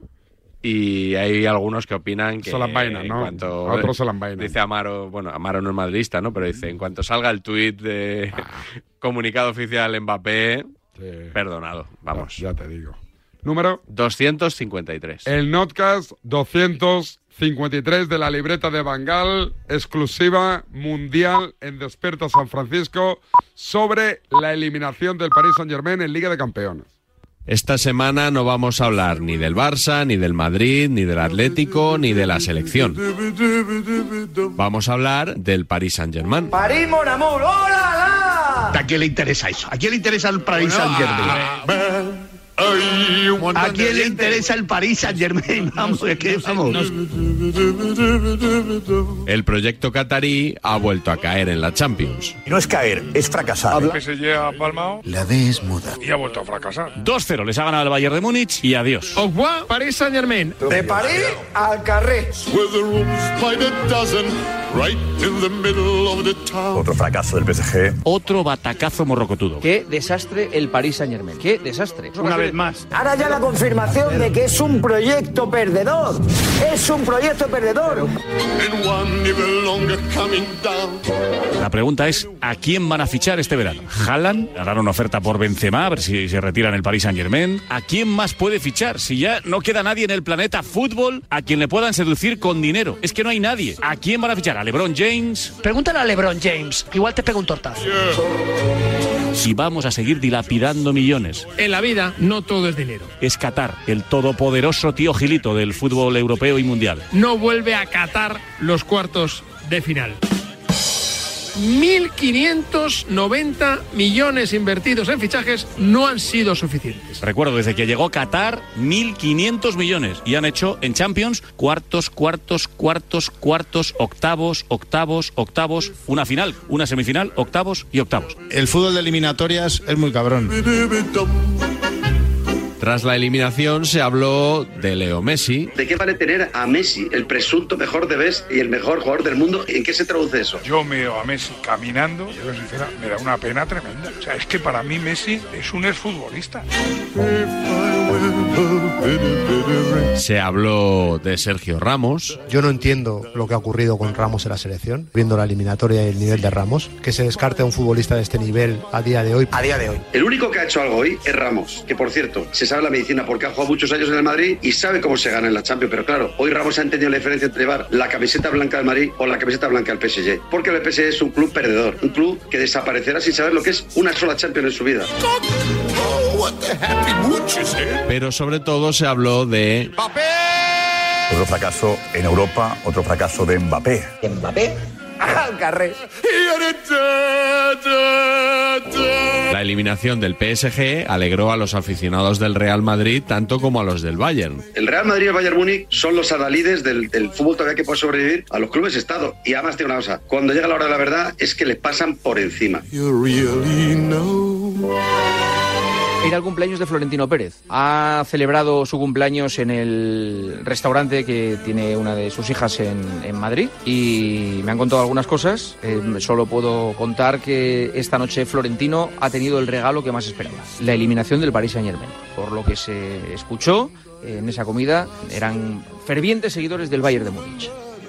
Speaker 2: y hay algunos que opinan que
Speaker 1: Se las vainan,
Speaker 2: en
Speaker 1: ¿no?
Speaker 2: cuanto-
Speaker 1: A otros se las vainan.
Speaker 2: Dice Amaro, bueno, Amaro no es madridista, ¿no? Pero dice, en cuanto salga el tuit de
Speaker 1: Ah.
Speaker 2: comunicado oficial Mbappé, perdonado, vamos.
Speaker 1: Ya, te digo. Número
Speaker 2: 253.
Speaker 1: El Notcast 253 de la libreta de Bangal, exclusiva mundial en Despierta San Francisco, sobre la eliminación del Paris Saint Germain en Liga de Campeones.
Speaker 2: Esta semana no vamos a hablar ni del Barça, ni del Madrid, ni del Atlético, ni de la selección. Vamos a hablar del Paris Saint-Germain.
Speaker 18: París, mon amour,
Speaker 2: ¿A quién le interesa eso? ¿A quién le interesa el
Speaker 18: Paris Saint Germain. ¿A quién le interesa el París Saint Germain? Vamos, es que vamos.
Speaker 2: El proyecto qatarí ha vuelto a caer en la Champions.
Speaker 13: Y no es caer, es fracasar.
Speaker 8: Que se lleva palmado
Speaker 2: La D es muda.
Speaker 8: y ha vuelto a fracasar.
Speaker 14: 2-0 les ha ganado el Bayern de Múnich y adiós.
Speaker 18: Au revoir, París Saint Germain. De París al Carré.
Speaker 13: Otro fracaso del PSG.
Speaker 14: Otro batacazo morrocotudo.
Speaker 20: Qué desastre el Paris Saint Germain. Qué desastre.
Speaker 14: Una vez más.
Speaker 21: Ahora ya la confirmación de que es un proyecto perdedor. Es un proyecto perdedor.
Speaker 14: La pregunta es, ¿a quién van a fichar este verano? ¿Haaland? ¿Harán una oferta por Benzema? A ver si se retiran el Paris Saint-Germain. ¿A quién más puede fichar? Si ya no queda nadie en el planeta fútbol a quien le puedan seducir con dinero. Es que no hay nadie. ¿A quién van a fichar? ¿A LeBron James?
Speaker 20: Pregúntale a LeBron James, que igual te pega un tortazo.
Speaker 14: Si vamos a seguir dilapidando millones.
Speaker 20: En la vida no todo es dinero.
Speaker 14: Es Qatar, el todopoderoso tío Gilito del fútbol europeo y mundial.
Speaker 20: No vuelve a Qatar los cuartos de final. 1.590 millones invertidos en fichajes no han sido suficientes.
Speaker 14: Recuerdo, desde que llegó Qatar, 1.500 millones. Y han hecho en Champions cuartos, cuartos, cuartos, cuartos, octavos, octavos, octavos, una final, una semifinal, octavos y octavos.
Speaker 22: El fútbol de eliminatorias es muy cabrón.
Speaker 2: Tras la eliminación se habló de Leo Messi.
Speaker 23: ¿De qué vale tener a Messi, el presunto mejor de best y el mejor jugador del mundo? ¿En qué se traduce eso?
Speaker 8: Yo veo a Messi caminando, y yo sincera, me da una pena tremenda. O sea, es que para mí Messi es un exfutbolista.
Speaker 2: Se habló de Sergio Ramos.
Speaker 24: Yo no entiendo lo que ha ocurrido con Ramos en la selección, viendo la eliminatoria y el nivel de Ramos, que se descarte a un futbolista de este nivel a día de hoy. A día de hoy.
Speaker 23: El único que ha hecho algo hoy es Ramos, que por cierto, se sabe la medicina porque ha jugado muchos años en el Madrid y sabe cómo se gana en la Champions, pero claro, hoy Ramos ha entendido la diferencia entre llevar la camiseta blanca del Madrid o la camiseta blanca del PSG, porque el PSG es un club perdedor, un club que desaparecerá sin saber lo que es una sola Champions en su vida.
Speaker 2: Pero sobre todo se habló de
Speaker 13: Otro fracaso en Europa, otro fracaso de Mbappé.
Speaker 21: Mbappé al Carré.
Speaker 2: la eliminación del PSG alegró a los aficionados del Real Madrid tanto como a los del Bayern.
Speaker 23: El Real Madrid y el Bayern Múnich son los adalides del, del fútbol todavía que puede sobrevivir a los clubes Estado. Y además tiene una cosa, cuando llega la hora de la verdad es que les pasan por encima.
Speaker 3: Era el cumpleaños de Florentino Pérez. Ha celebrado su cumpleaños en el restaurante que tiene una de sus hijas en, en Madrid y me han contado algunas cosas. Eh, solo puedo contar que esta noche Florentino ha tenido el regalo que más esperaba, la eliminación del Paris Saint Germain. Por lo que se escuchó eh, en esa comida, eran fervientes seguidores del Bayern de Múnich.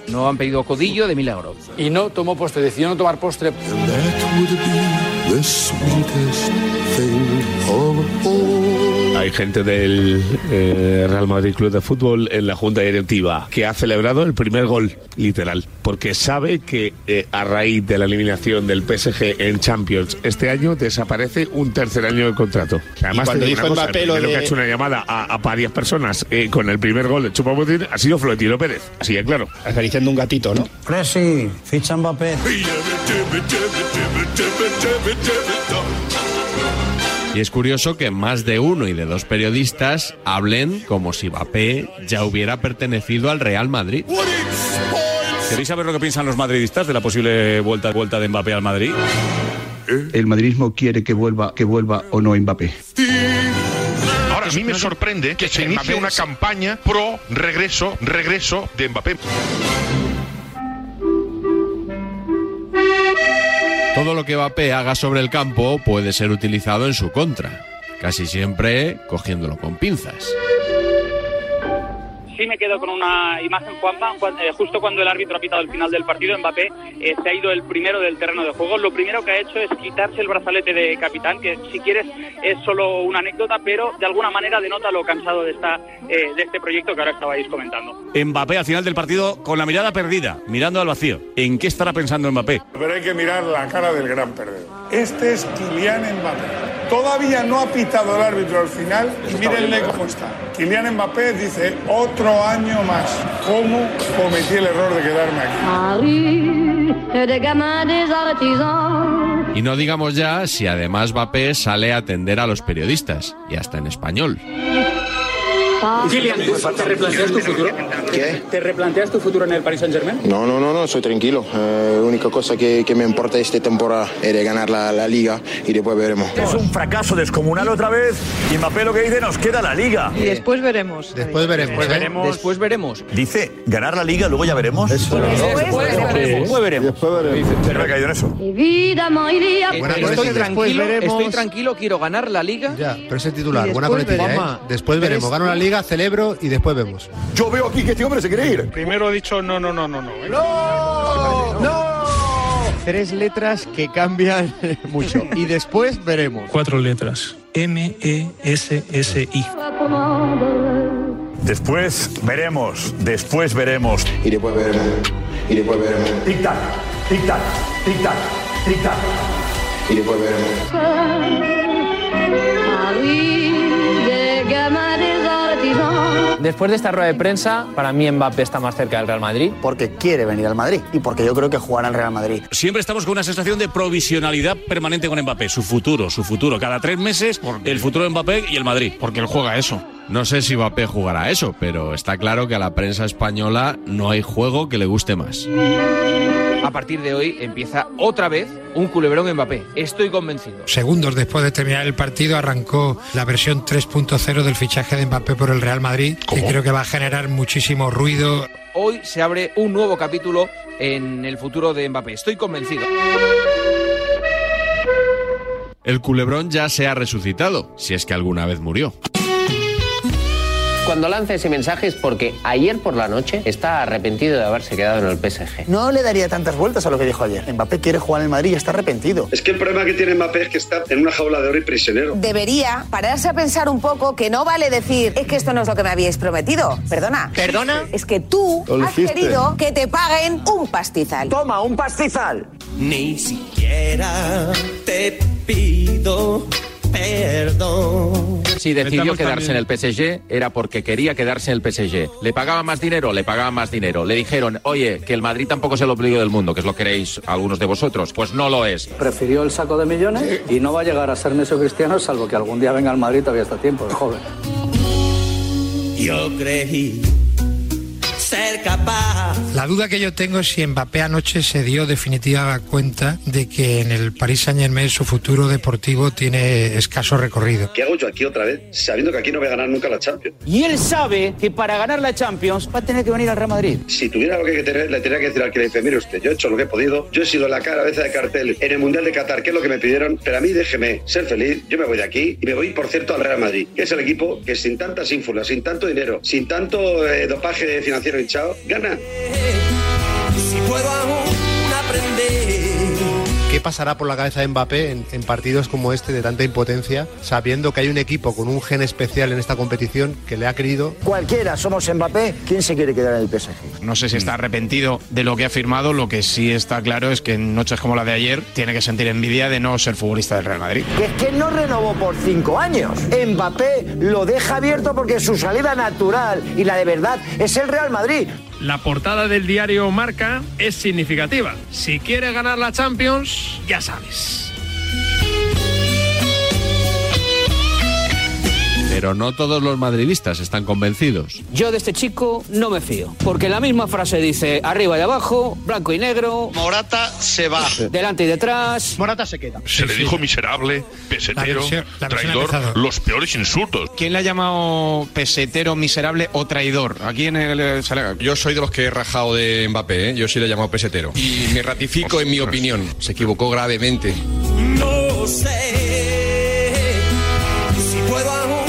Speaker 3: No han pedido codillo de milagro.
Speaker 25: Y no tomó postre, decidió no tomar postre.
Speaker 26: The sweetest thing of all.
Speaker 14: Hay gente del eh, Real Madrid Club de Fútbol en la Junta Directiva que ha celebrado el primer gol, literal, porque sabe que eh, a raíz de la eliminación del PSG en Champions este año desaparece un tercer año de contrato. Además,
Speaker 22: cuando
Speaker 14: te digo
Speaker 22: dijo
Speaker 14: una cosa,
Speaker 22: Mbappé
Speaker 14: el
Speaker 22: lo
Speaker 14: primero
Speaker 22: de-
Speaker 14: que ha hecho una llamada a, a varias personas eh, con el primer gol de Chupamotín ha sido Florentino Pérez, así que claro. Acariciando un gatito, ¿no?
Speaker 6: Presi, ficha Mbappé.
Speaker 2: Y es curioso que más de uno y de dos periodistas hablen como si Mbappé ya hubiera pertenecido al Real Madrid.
Speaker 27: ¿Queréis saber lo que piensan los madridistas de la posible vuelta, vuelta de Mbappé al Madrid?
Speaker 28: El madridismo quiere que vuelva, que vuelva o no Mbappé.
Speaker 29: Ahora, a mí me sorprende que se inicie una campaña pro regreso, regreso de Mbappé.
Speaker 2: Todo lo que Mbappé haga sobre el campo puede ser utilizado en su contra, casi siempre cogiéndolo con pinzas.
Speaker 30: Sí me quedo con una imagen, Juanma, cuan- eh, justo cuando el árbitro ha pitado el final del partido, Mbappé eh, se ha ido el primero del terreno de juego. Lo primero que ha hecho es quitarse el brazalete de capitán, que si quieres es solo una anécdota, pero de alguna manera denota lo cansado de, esta, eh, de este proyecto que ahora estabais comentando.
Speaker 27: Mbappé al final del partido con la mirada perdida, mirando al vacío. ¿En qué estará pensando Mbappé?
Speaker 8: Pero hay que mirar la cara del gran perdedor. Este es Kylian Mbappé. Todavía no ha pitado el árbitro al final y mírenle cómo está. Kylian Mbappé dice otro año más. ¿Cómo cometí el error de quedarme aquí?
Speaker 31: Paris, des gamins, e des artisans.
Speaker 2: Y no digamos ya si además Mbappé sale a atender a los periodistas, y hasta en español.
Speaker 31: Kylian, ¿te replanteas tu futuro?
Speaker 16: ¿Qué?
Speaker 31: ¿Te replanteas tu futuro en el Paris Saint-Germain?
Speaker 16: No, no, no, no, soy tranquilo. Eh, única cosa que, que me importa esta temporada es ganar la, la liga y después veremos.
Speaker 32: Es un fracaso descomunal otra vez. Y Mbappé lo que dice, nos queda la liga.
Speaker 33: Y después veremos.
Speaker 22: Pues
Speaker 32: Después veremos. Después
Speaker 22: ¿eh?
Speaker 32: veremos.
Speaker 3: Después veremos.
Speaker 32: Dice, ganar la liga, luego ya veremos. Eso.
Speaker 3: Después veremos. eh,
Speaker 32: Después veremos. Pero me ha caído en eso.
Speaker 31: Evidemment, il y a
Speaker 32: Buena
Speaker 31: plus.
Speaker 32: noticia.
Speaker 3: Estoy tranquilo,
Speaker 32: veremos.
Speaker 3: estoy tranquilo, quiero ganar la liga.
Speaker 22: Ya, pero ese titular,
Speaker 3: Y
Speaker 22: buena
Speaker 3: después
Speaker 22: coletilla,
Speaker 3: veremos.
Speaker 22: ¿eh? Después veremos, gano la liga, celebro y después vemos.
Speaker 32: Yo veo aquí que este hombre se quiere ir.
Speaker 34: Primero he dicho no, no, no, no, no. ¿eh?
Speaker 35: Tres letras que cambian mucho. Y después veremos.
Speaker 30: Cuatro letras. E M-E-S-S-I.
Speaker 32: Después veremos. Después veremos.
Speaker 16: Y después veremos. Y después veremos.
Speaker 32: Tic-tac, tic-tac, tic-tac, tic-tac.
Speaker 16: Y después veremos.
Speaker 31: Paris, des gamins, des artisans.
Speaker 3: Después de esta rueda de prensa, para mí Mbappé está más cerca del Real Madrid.
Speaker 6: Porque quiere venir al Madrid y porque yo creo que jugará al Real Madrid.
Speaker 27: Siempre estamos con una sensación de provisionalidad permanente con Mbappé. Su futuro, su futuro. Cada tres meses, el futuro de Mbappé y el Madrid. Porque él juega eso.
Speaker 2: No sé si Mbappé jugará eso, pero está claro que a la prensa española no hay juego que le guste más.
Speaker 3: A partir de hoy empieza otra vez un culebrón Mbappé. Estoy convencido.
Speaker 22: Segundos después de terminar el partido arrancó la versión 3.0 del fichaje de Mbappé por el Real Madrid, que creo que va a generar muchísimo ruido.
Speaker 3: Hoy se abre un nuevo capítulo en el futuro de Mbappé. Estoy convencido.
Speaker 2: El culebrón ya se ha resucitado, si es que alguna vez murió.
Speaker 9: Cuando lanza ese mensaje es porque ayer por la noche está arrepentido de haberse quedado en el PSG.
Speaker 6: No le daría tantas vueltas a lo que dijo ayer. Mbappé quiere jugar en el Madrid y está arrepentido.
Speaker 23: Es que el problema que tiene Mbappé es que está en una jaula de oro y prisionero.
Speaker 31: Debería pararse a pensar un poco que no vale decir es que esto no es lo que me habíais prometido. Perdona. ¿Perdona? Es que tú
Speaker 23: Lo
Speaker 31: has
Speaker 23: hiciste.
Speaker 31: querido que te paguen un pastizal.
Speaker 6: Toma, un pastizal.
Speaker 13: Ni siquiera te pido perdón.
Speaker 9: Si
Speaker 13: decidió
Speaker 9: quedarse en el PSG era porque quería quedarse en el PSG. Le pagaban más dinero, le pagaban más dinero. Le dijeron, oye, que el Madrid tampoco es el ombligo del mundo, que es lo que queréis algunos de vosotros. Pues no lo es.
Speaker 36: Prefirió el saco de millones y no va a llegar a ser neso cristiano, salvo que algún día venga al Madrid, todavía está a tiempo, el joven.
Speaker 13: Yo creí
Speaker 32: ser capaz.
Speaker 22: La duda que yo tengo es si Mbappé anoche se dio definitiva cuenta de que en el Paris Saint Germain su futuro deportivo tiene escaso recorrido.
Speaker 23: ¿Qué hago yo aquí otra vez sabiendo que aquí no voy a ganar nunca la Champions?
Speaker 3: Y él sabe que para ganar la Champions va a tener que venir al Real Madrid.
Speaker 23: Si tuviera lo que tener, le tenía que decir al que le dice, mire usted, yo he hecho lo que he podido, yo he sido la cabeza de cartel en el Mundial de Qatar, que es lo que me pidieron, pero a mí déjeme ser feliz, yo me voy de aquí y me voy, por cierto, al Real Madrid, que es el equipo que sin tantas ínfulas, sin tanto dinero, sin tanto eh, dopaje financiero hinchado, gana.
Speaker 32: Si puedo aún aprender.
Speaker 37: ¿Qué pasará por la cabeza de Mbappé en, en partidos como este de tanta impotencia, sabiendo que hay un equipo con un gen especial en esta competición que le ha querido?
Speaker 3: Cualquiera, somos Mbappé, ¿quién se quiere quedar en el PSG?
Speaker 38: No sé si
Speaker 37: Mm.
Speaker 38: está arrepentido de lo que ha firmado, lo que sí está claro es que en noches como la de ayer tiene que sentir envidia de no ser futbolista del Real Madrid.
Speaker 3: Que es que no renovó por cinco años. Mbappé lo deja abierto porque su salida natural y la de verdad es el Real Madrid.
Speaker 39: La portada del diario Marca es significativa. Si quieres ganar la Champions, ya sabes.
Speaker 2: Pero no todos los madridistas están convencidos.
Speaker 3: Yo de este chico no me fío, porque la misma frase dice arriba y abajo, blanco y negro,
Speaker 38: Morata se va.
Speaker 3: delante y detrás.
Speaker 37: Morata se queda.
Speaker 40: Se le dijo miserable, pesetero,
Speaker 22: La versión- la versión ha
Speaker 40: traidor,
Speaker 22: empezado.
Speaker 40: los peores insultos.
Speaker 38: ¿Quién le ha llamado pesetero, miserable o traidor? Aquí en el. eh, Salega.
Speaker 5: Yo soy de los que he rajado de Mbappé, ¿eh? yo sí le he llamado pesetero. Y me ratifico en mi opinión. Se equivocó gravemente.
Speaker 32: No sé si puedo aún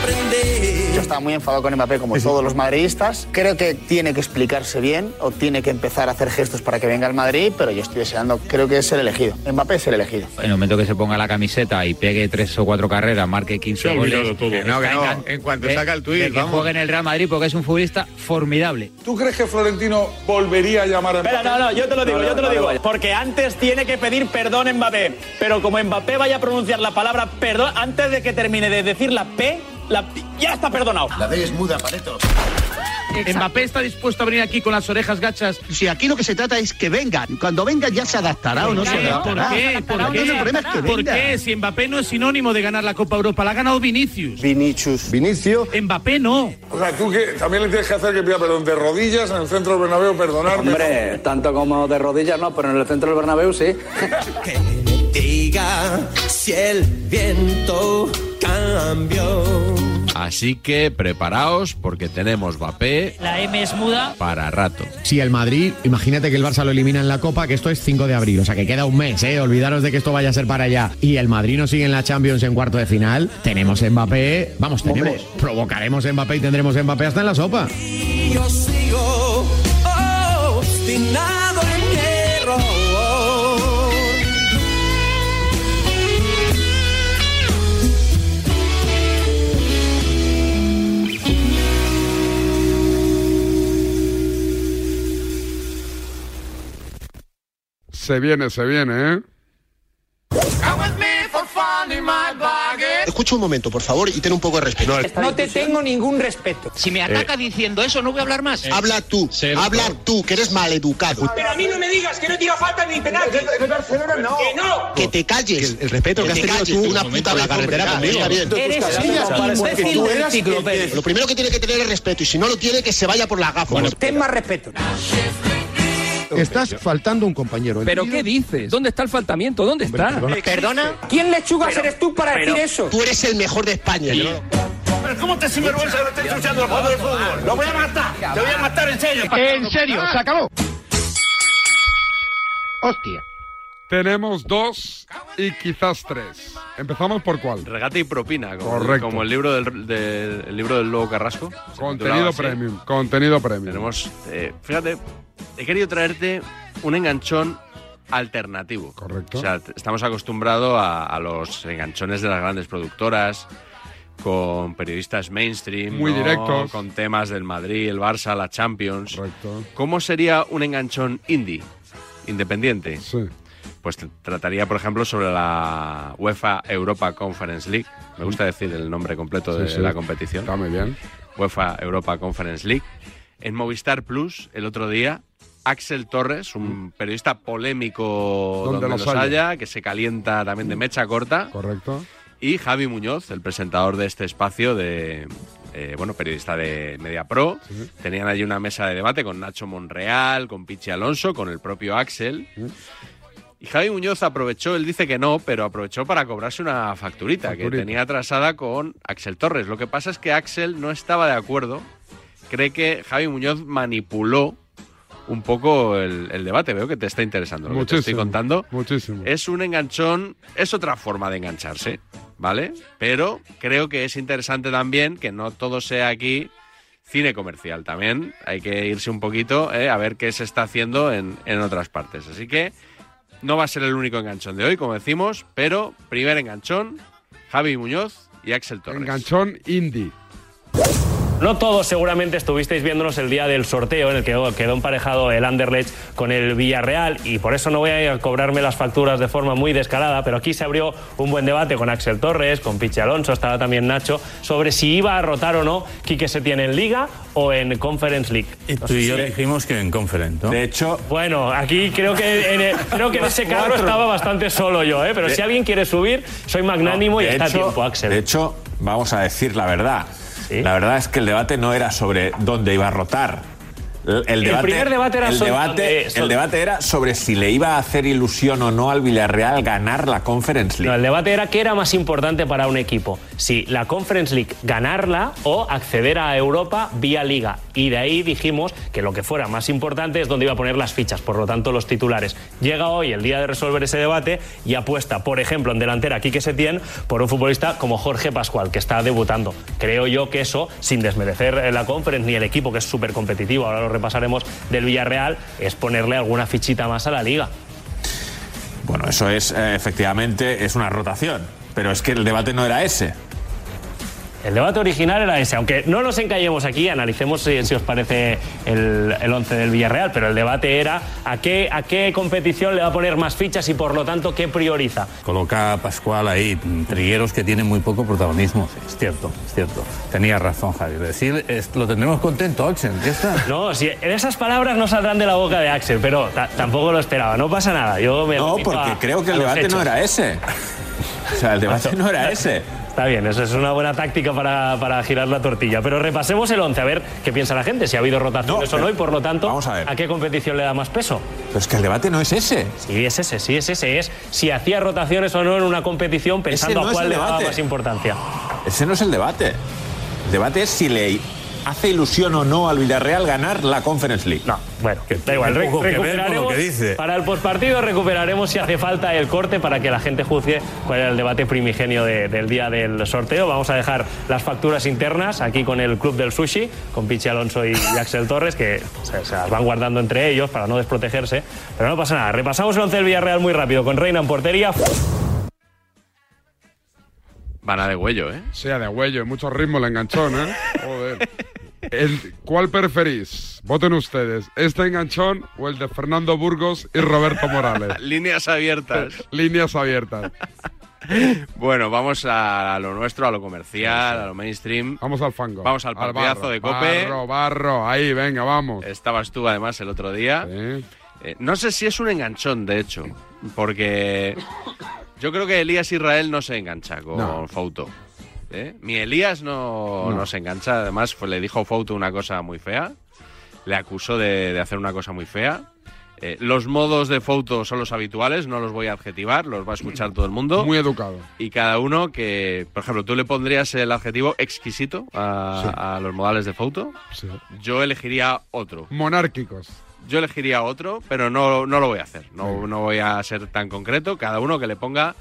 Speaker 32: aprender.
Speaker 3: Yo estaba muy enfadado con Mbappé, como todos los madridistas. Creo que tiene que explicarse bien o tiene que empezar a hacer gestos para que venga al Madrid, pero yo estoy deseando, creo que es el elegido. Mbappé es el elegido.
Speaker 9: En el momento que se ponga la camiseta y pegue tres o cuatro carreras, marque 15 goles.
Speaker 1: Que no, que no. En cuanto saca el tuit,
Speaker 9: de que
Speaker 1: vamos.
Speaker 9: juegue en el Real Madrid porque es un futbolista formidable.
Speaker 8: ¿Tú crees que Florentino volvería a llamar a
Speaker 41: Espera, no, no, yo te lo digo, yo te lo digo. Porque antes tiene que pedir perdón Mbappé. Pero como Mbappé vaya a pronunciar la palabra perdón, antes de que termine de decir la P, la P- ya está perdonado. La
Speaker 42: es muda, Pareto.
Speaker 43: Mbappé está dispuesto a venir aquí con las orejas gachas.
Speaker 42: Si aquí lo que se trata es que venga, cuando venga ya se adaptará o no se
Speaker 43: Claro, ¿Por
Speaker 42: adaptará.
Speaker 43: qué? ¿Por
Speaker 42: Entonces el problema es que
Speaker 43: qué? ¿Por
Speaker 42: venga.
Speaker 43: qué? Si Mbappé no es sinónimo de ganar la Copa Europa, la ha ganado Vinicius.
Speaker 42: Vinicius.
Speaker 5: Vinicio.
Speaker 43: Mbappé no.
Speaker 8: O sea, tú que también le tienes que hacer que pida perdón de rodillas en el centro del Bernabéu, perdonarme.
Speaker 42: Hombre, tanto como de rodillas no, pero en el centro del Bernabéu sí.
Speaker 32: Diga si el viento cambió.
Speaker 2: Así que preparaos porque tenemos Mbappé
Speaker 18: La M es muda.
Speaker 2: para rato.
Speaker 44: Sí, el Madrid, imagínate que el Barça lo elimina en la Copa, que esto es 5 de abril, o sea que queda un mes, ¿eh? Olvidaros de que esto vaya a ser para allá. Y el Madrid no sigue en la Champions en cuarto de final. Tenemos Mbappé, vamos, tenemos. Provocaremos Mbappé y tendremos Mbappé hasta en la sopa.
Speaker 32: Y yo sigo obstinado en mi error.
Speaker 1: Se viene, se viene, ¿eh?
Speaker 5: Escucha un momento, por favor, y ten un poco de respeto. Eh.
Speaker 4: No te tengo ningún respeto. Si me
Speaker 44: Eh.
Speaker 4: atacas diciendo eso, no voy a hablar más.
Speaker 5: Habla tú, habla tú, que eres maleducado.
Speaker 4: Pero a mí no me digas que no tira falta ni penal.
Speaker 5: no.
Speaker 4: Que no.
Speaker 5: Que te calles. el respeto que has tenido tú una puta en la carretera conmigo.
Speaker 4: Eres un imbécil del enciclopedia.
Speaker 5: Lo primero que tiene que tener es respeto y si no lo tiene que se vaya por la gafa.
Speaker 4: Ten más respeto.
Speaker 37: Estás faltando un compañero.
Speaker 45: ¿Pero qué dices? ¿Dónde está el faltamiento? ¿Dónde está?
Speaker 4: ¿Quién lechugas eres tú para
Speaker 45: pero-
Speaker 4: decir eso?
Speaker 5: Tú eres el mejor de España.
Speaker 4: Pero ¿cómo te sinvergüenza que lo estés ensuciando el juego de
Speaker 3: Ah,
Speaker 4: fútbol? ¡Lo voy a matar! ¡Te voy a matar en serio!
Speaker 1: En serio, se
Speaker 4: acabó!
Speaker 1: Hostia. Tenemos dos y quizás tres. Empezamos por cuál.
Speaker 2: Regate y propina, como,
Speaker 1: Correcto.
Speaker 2: como el libro del, del- el libro del Lobo Carrasco. Se titulaba
Speaker 1: Contenido
Speaker 2: así.
Speaker 1: premium. Contenido premium.
Speaker 2: ¿eh? Tenemos, eh, fíjate, he querido traerte un enganchón alternativo. Correcto. O sea, t- estamos acostumbrados a, a los enganchones de las grandes productoras, con periodistas mainstream,
Speaker 1: Muy
Speaker 2: ¿no?
Speaker 1: directos.
Speaker 2: con temas del Madrid, el Barça, la Champions.
Speaker 1: Correcto.
Speaker 2: ¿Cómo sería un enganchón indie, independiente? Pues tr- trataría, por ejemplo, sobre la UEFA Europa Conference League. Me gusta decir el nombre completo
Speaker 1: Mm. Sí,
Speaker 2: de
Speaker 1: sí.
Speaker 2: la competición. Está
Speaker 1: muy bien.
Speaker 2: UEFA Europa Conference League. En Movistar Plus, el otro día, Axel Torres, un periodista polémico
Speaker 1: Donde
Speaker 2: donde,
Speaker 1: los
Speaker 2: los,
Speaker 1: haya.
Speaker 2: haya, que se calienta también de mecha corta,
Speaker 1: Correcto.
Speaker 2: y Javi Muñoz, el presentador de este espacio de eh, bueno, periodista de MediaPro. Tenían allí una mesa de debate con Nacho Monreal, con Pichi Alonso, con el propio Axel. Y Javi Muñoz aprovechó, él dice que no, pero aprovechó para cobrarse una facturita, que
Speaker 46: Facturita.
Speaker 2: tenía atrasada con Axel Torres. Lo que pasa es que Axel no estaba de acuerdo, cree que Javi Muñoz manipuló un poco el, el debate. Veo que te está interesando lo que te estoy
Speaker 1: Muchísimo.
Speaker 2: contando.
Speaker 1: Muchísimo.
Speaker 2: Es un enganchón, es otra forma de engancharse, ¿vale? Pero creo que es interesante también que no todo sea aquí cine comercial también. Hay que irse un poquito eh, a ver qué se está haciendo en, en otras partes. Así que no va a ser el único enganchón de hoy, como decimos, pero primer enganchón, Javi Muñoz y Axel Torres.
Speaker 1: Enganchón indie.
Speaker 5: No todos seguramente estuvisteis viéndonos el día del sorteo en el que quedó emparejado el Anderlecht con el Villarreal y por eso no voy a cobrarme las facturas de forma muy descarada, pero aquí se abrió un buen debate con Axel Torres, con Pichi Alonso, estaba también Nacho, sobre si iba a rotar o no Quique Setién en Liga o en Conference League. No sé
Speaker 14: Tú y
Speaker 5: si
Speaker 14: yo
Speaker 5: le-
Speaker 14: dijimos que en conference, ¿no?
Speaker 5: De hecho. Bueno, aquí creo que en, el- creo que en ese carro
Speaker 14: Cuatro.
Speaker 5: estaba bastante solo yo, ¿eh? pero
Speaker 14: De-
Speaker 5: si alguien quiere subir, soy magnánimo y
Speaker 14: De
Speaker 5: está a
Speaker 14: hecho-
Speaker 5: tiempo, Axel.
Speaker 14: De hecho, vamos a decir la verdad. La verdad es que el debate no era sobre dónde iba a rotar. El, el
Speaker 5: El
Speaker 14: debate,
Speaker 5: primer debate era
Speaker 14: el
Speaker 5: sobre
Speaker 14: debate-
Speaker 5: dónde- sobre-
Speaker 14: el debate era sobre si le iba a hacer ilusión o no al Villarreal ganar la Conference League.
Speaker 5: No, el debate era qué era más importante para un equipo, si la Conference League ganarla o acceder a Europa vía liga. Y de ahí dijimos que lo que fuera más importante es donde iba a poner las fichas, por lo tanto los titulares. Llega hoy el día de resolver ese debate y apuesta, por ejemplo, en delantera Quique Setién por un futbolista como Jorge Pascual, que está debutando. Creo yo que eso, sin desmerecer eh, la Conference ni el equipo, que es súper competitivo, ahora lo repasaremos, del Villarreal, es ponerle alguna fichita más a la liga.
Speaker 14: Bueno, eso es, eh, efectivamente, es una rotación. Pero es que el debate no era ese.
Speaker 5: El debate original era ese, aunque no nos encallemos aquí, analicemos si, si os parece el, el 11 del Villarreal, pero el debate era a qué, a qué competición le va a poner más fichas y por lo tanto qué prioriza.
Speaker 14: Coloca a Pascual ahí, trigueros que tienen muy poco protagonismo. Es cierto, es cierto. Tenía razón, Javier. Decir, es- lo tendremos contento, Axel. Ya está.
Speaker 5: No, si en esas palabras no saldrán de la boca de Axel, pero ta- tampoco lo esperaba, no pasa nada. Yo me
Speaker 14: No,
Speaker 5: remito
Speaker 14: porque
Speaker 5: a-
Speaker 14: creo que el
Speaker 5: a los
Speaker 14: debate no
Speaker 5: hechos.
Speaker 14: era ese. O sea, el debate no era ese.
Speaker 5: Está bien, eso es una buena táctica para, para girar la tortilla. Pero repasemos el 11, a ver qué piensa la gente, si ha habido rotaciones
Speaker 14: eh,
Speaker 5: o no, y por lo tanto, a, qué competición le da más peso?
Speaker 14: Pero es que el debate no es ese.
Speaker 5: Sí, es ese, sí, es ese. Es si hacía rotaciones o no en una competición pensando
Speaker 14: no
Speaker 5: a
Speaker 14: es
Speaker 5: cuál
Speaker 14: el
Speaker 5: le daba
Speaker 14: debate.
Speaker 5: más importancia.
Speaker 14: Ese no es el debate. El debate es si le hace ilusión o no al Villarreal ganar la Conference League. No,
Speaker 5: bueno, Da igual, re- recuperaremos. Para el postpartido recuperaremos si hace falta el corte para que la gente juzgue cuál era el debate primigenio de- del día del sorteo. Vamos a dejar las facturas internas aquí con el Club del Sushi, con Pichi Alonso y, y Axel Torres, que se, se las van guardando entre ellos para no desprotegerse. Pero no pasa nada. Repasamos el 11 del Villarreal muy rápido con Reina en portería.
Speaker 2: Van a de huello, ¿eh?
Speaker 1: Sea de huello, hay mucho ritmo el enganchón, ¿eh? Joder. El- ¿Cuál preferís? Voten ustedes. ¿Este enganchón o el de Fernando Burgos y Roberto Morales?
Speaker 2: Líneas abiertas.
Speaker 1: Líneas abiertas.
Speaker 2: Bueno, vamos a lo nuestro, a lo comercial, a lo mainstream.
Speaker 1: Vamos al fango.
Speaker 2: Vamos al
Speaker 1: Al
Speaker 2: partidazo
Speaker 1: barro,
Speaker 2: de Cope.
Speaker 1: barro, barro. Ahí, venga, vamos.
Speaker 2: Estabas tú además el otro día. Eh, no sé si es un enganchón, de hecho, porque yo creo que Elías Israel no se engancha con
Speaker 9: No.
Speaker 2: Fouto. ¿eh? Mi Elías no,
Speaker 9: No.
Speaker 2: no se engancha, además fue- le dijo Fouto una cosa muy fea, le acusó de, de hacer una cosa muy fea. Eh, los modos de Fouto son los habituales, no los voy a adjetivar, los va a escuchar todo el mundo.
Speaker 1: Muy educado.
Speaker 2: Y cada uno que, por ejemplo, tú le pondrías el adjetivo exquisito a, a los modales de Fouto.
Speaker 1: Sí.
Speaker 2: Yo elegiría otro.
Speaker 1: Monárquicos.
Speaker 2: Yo elegiría otro, pero no, no lo voy a hacer. No, no voy a ser tan concreto. Cada uno que le ponga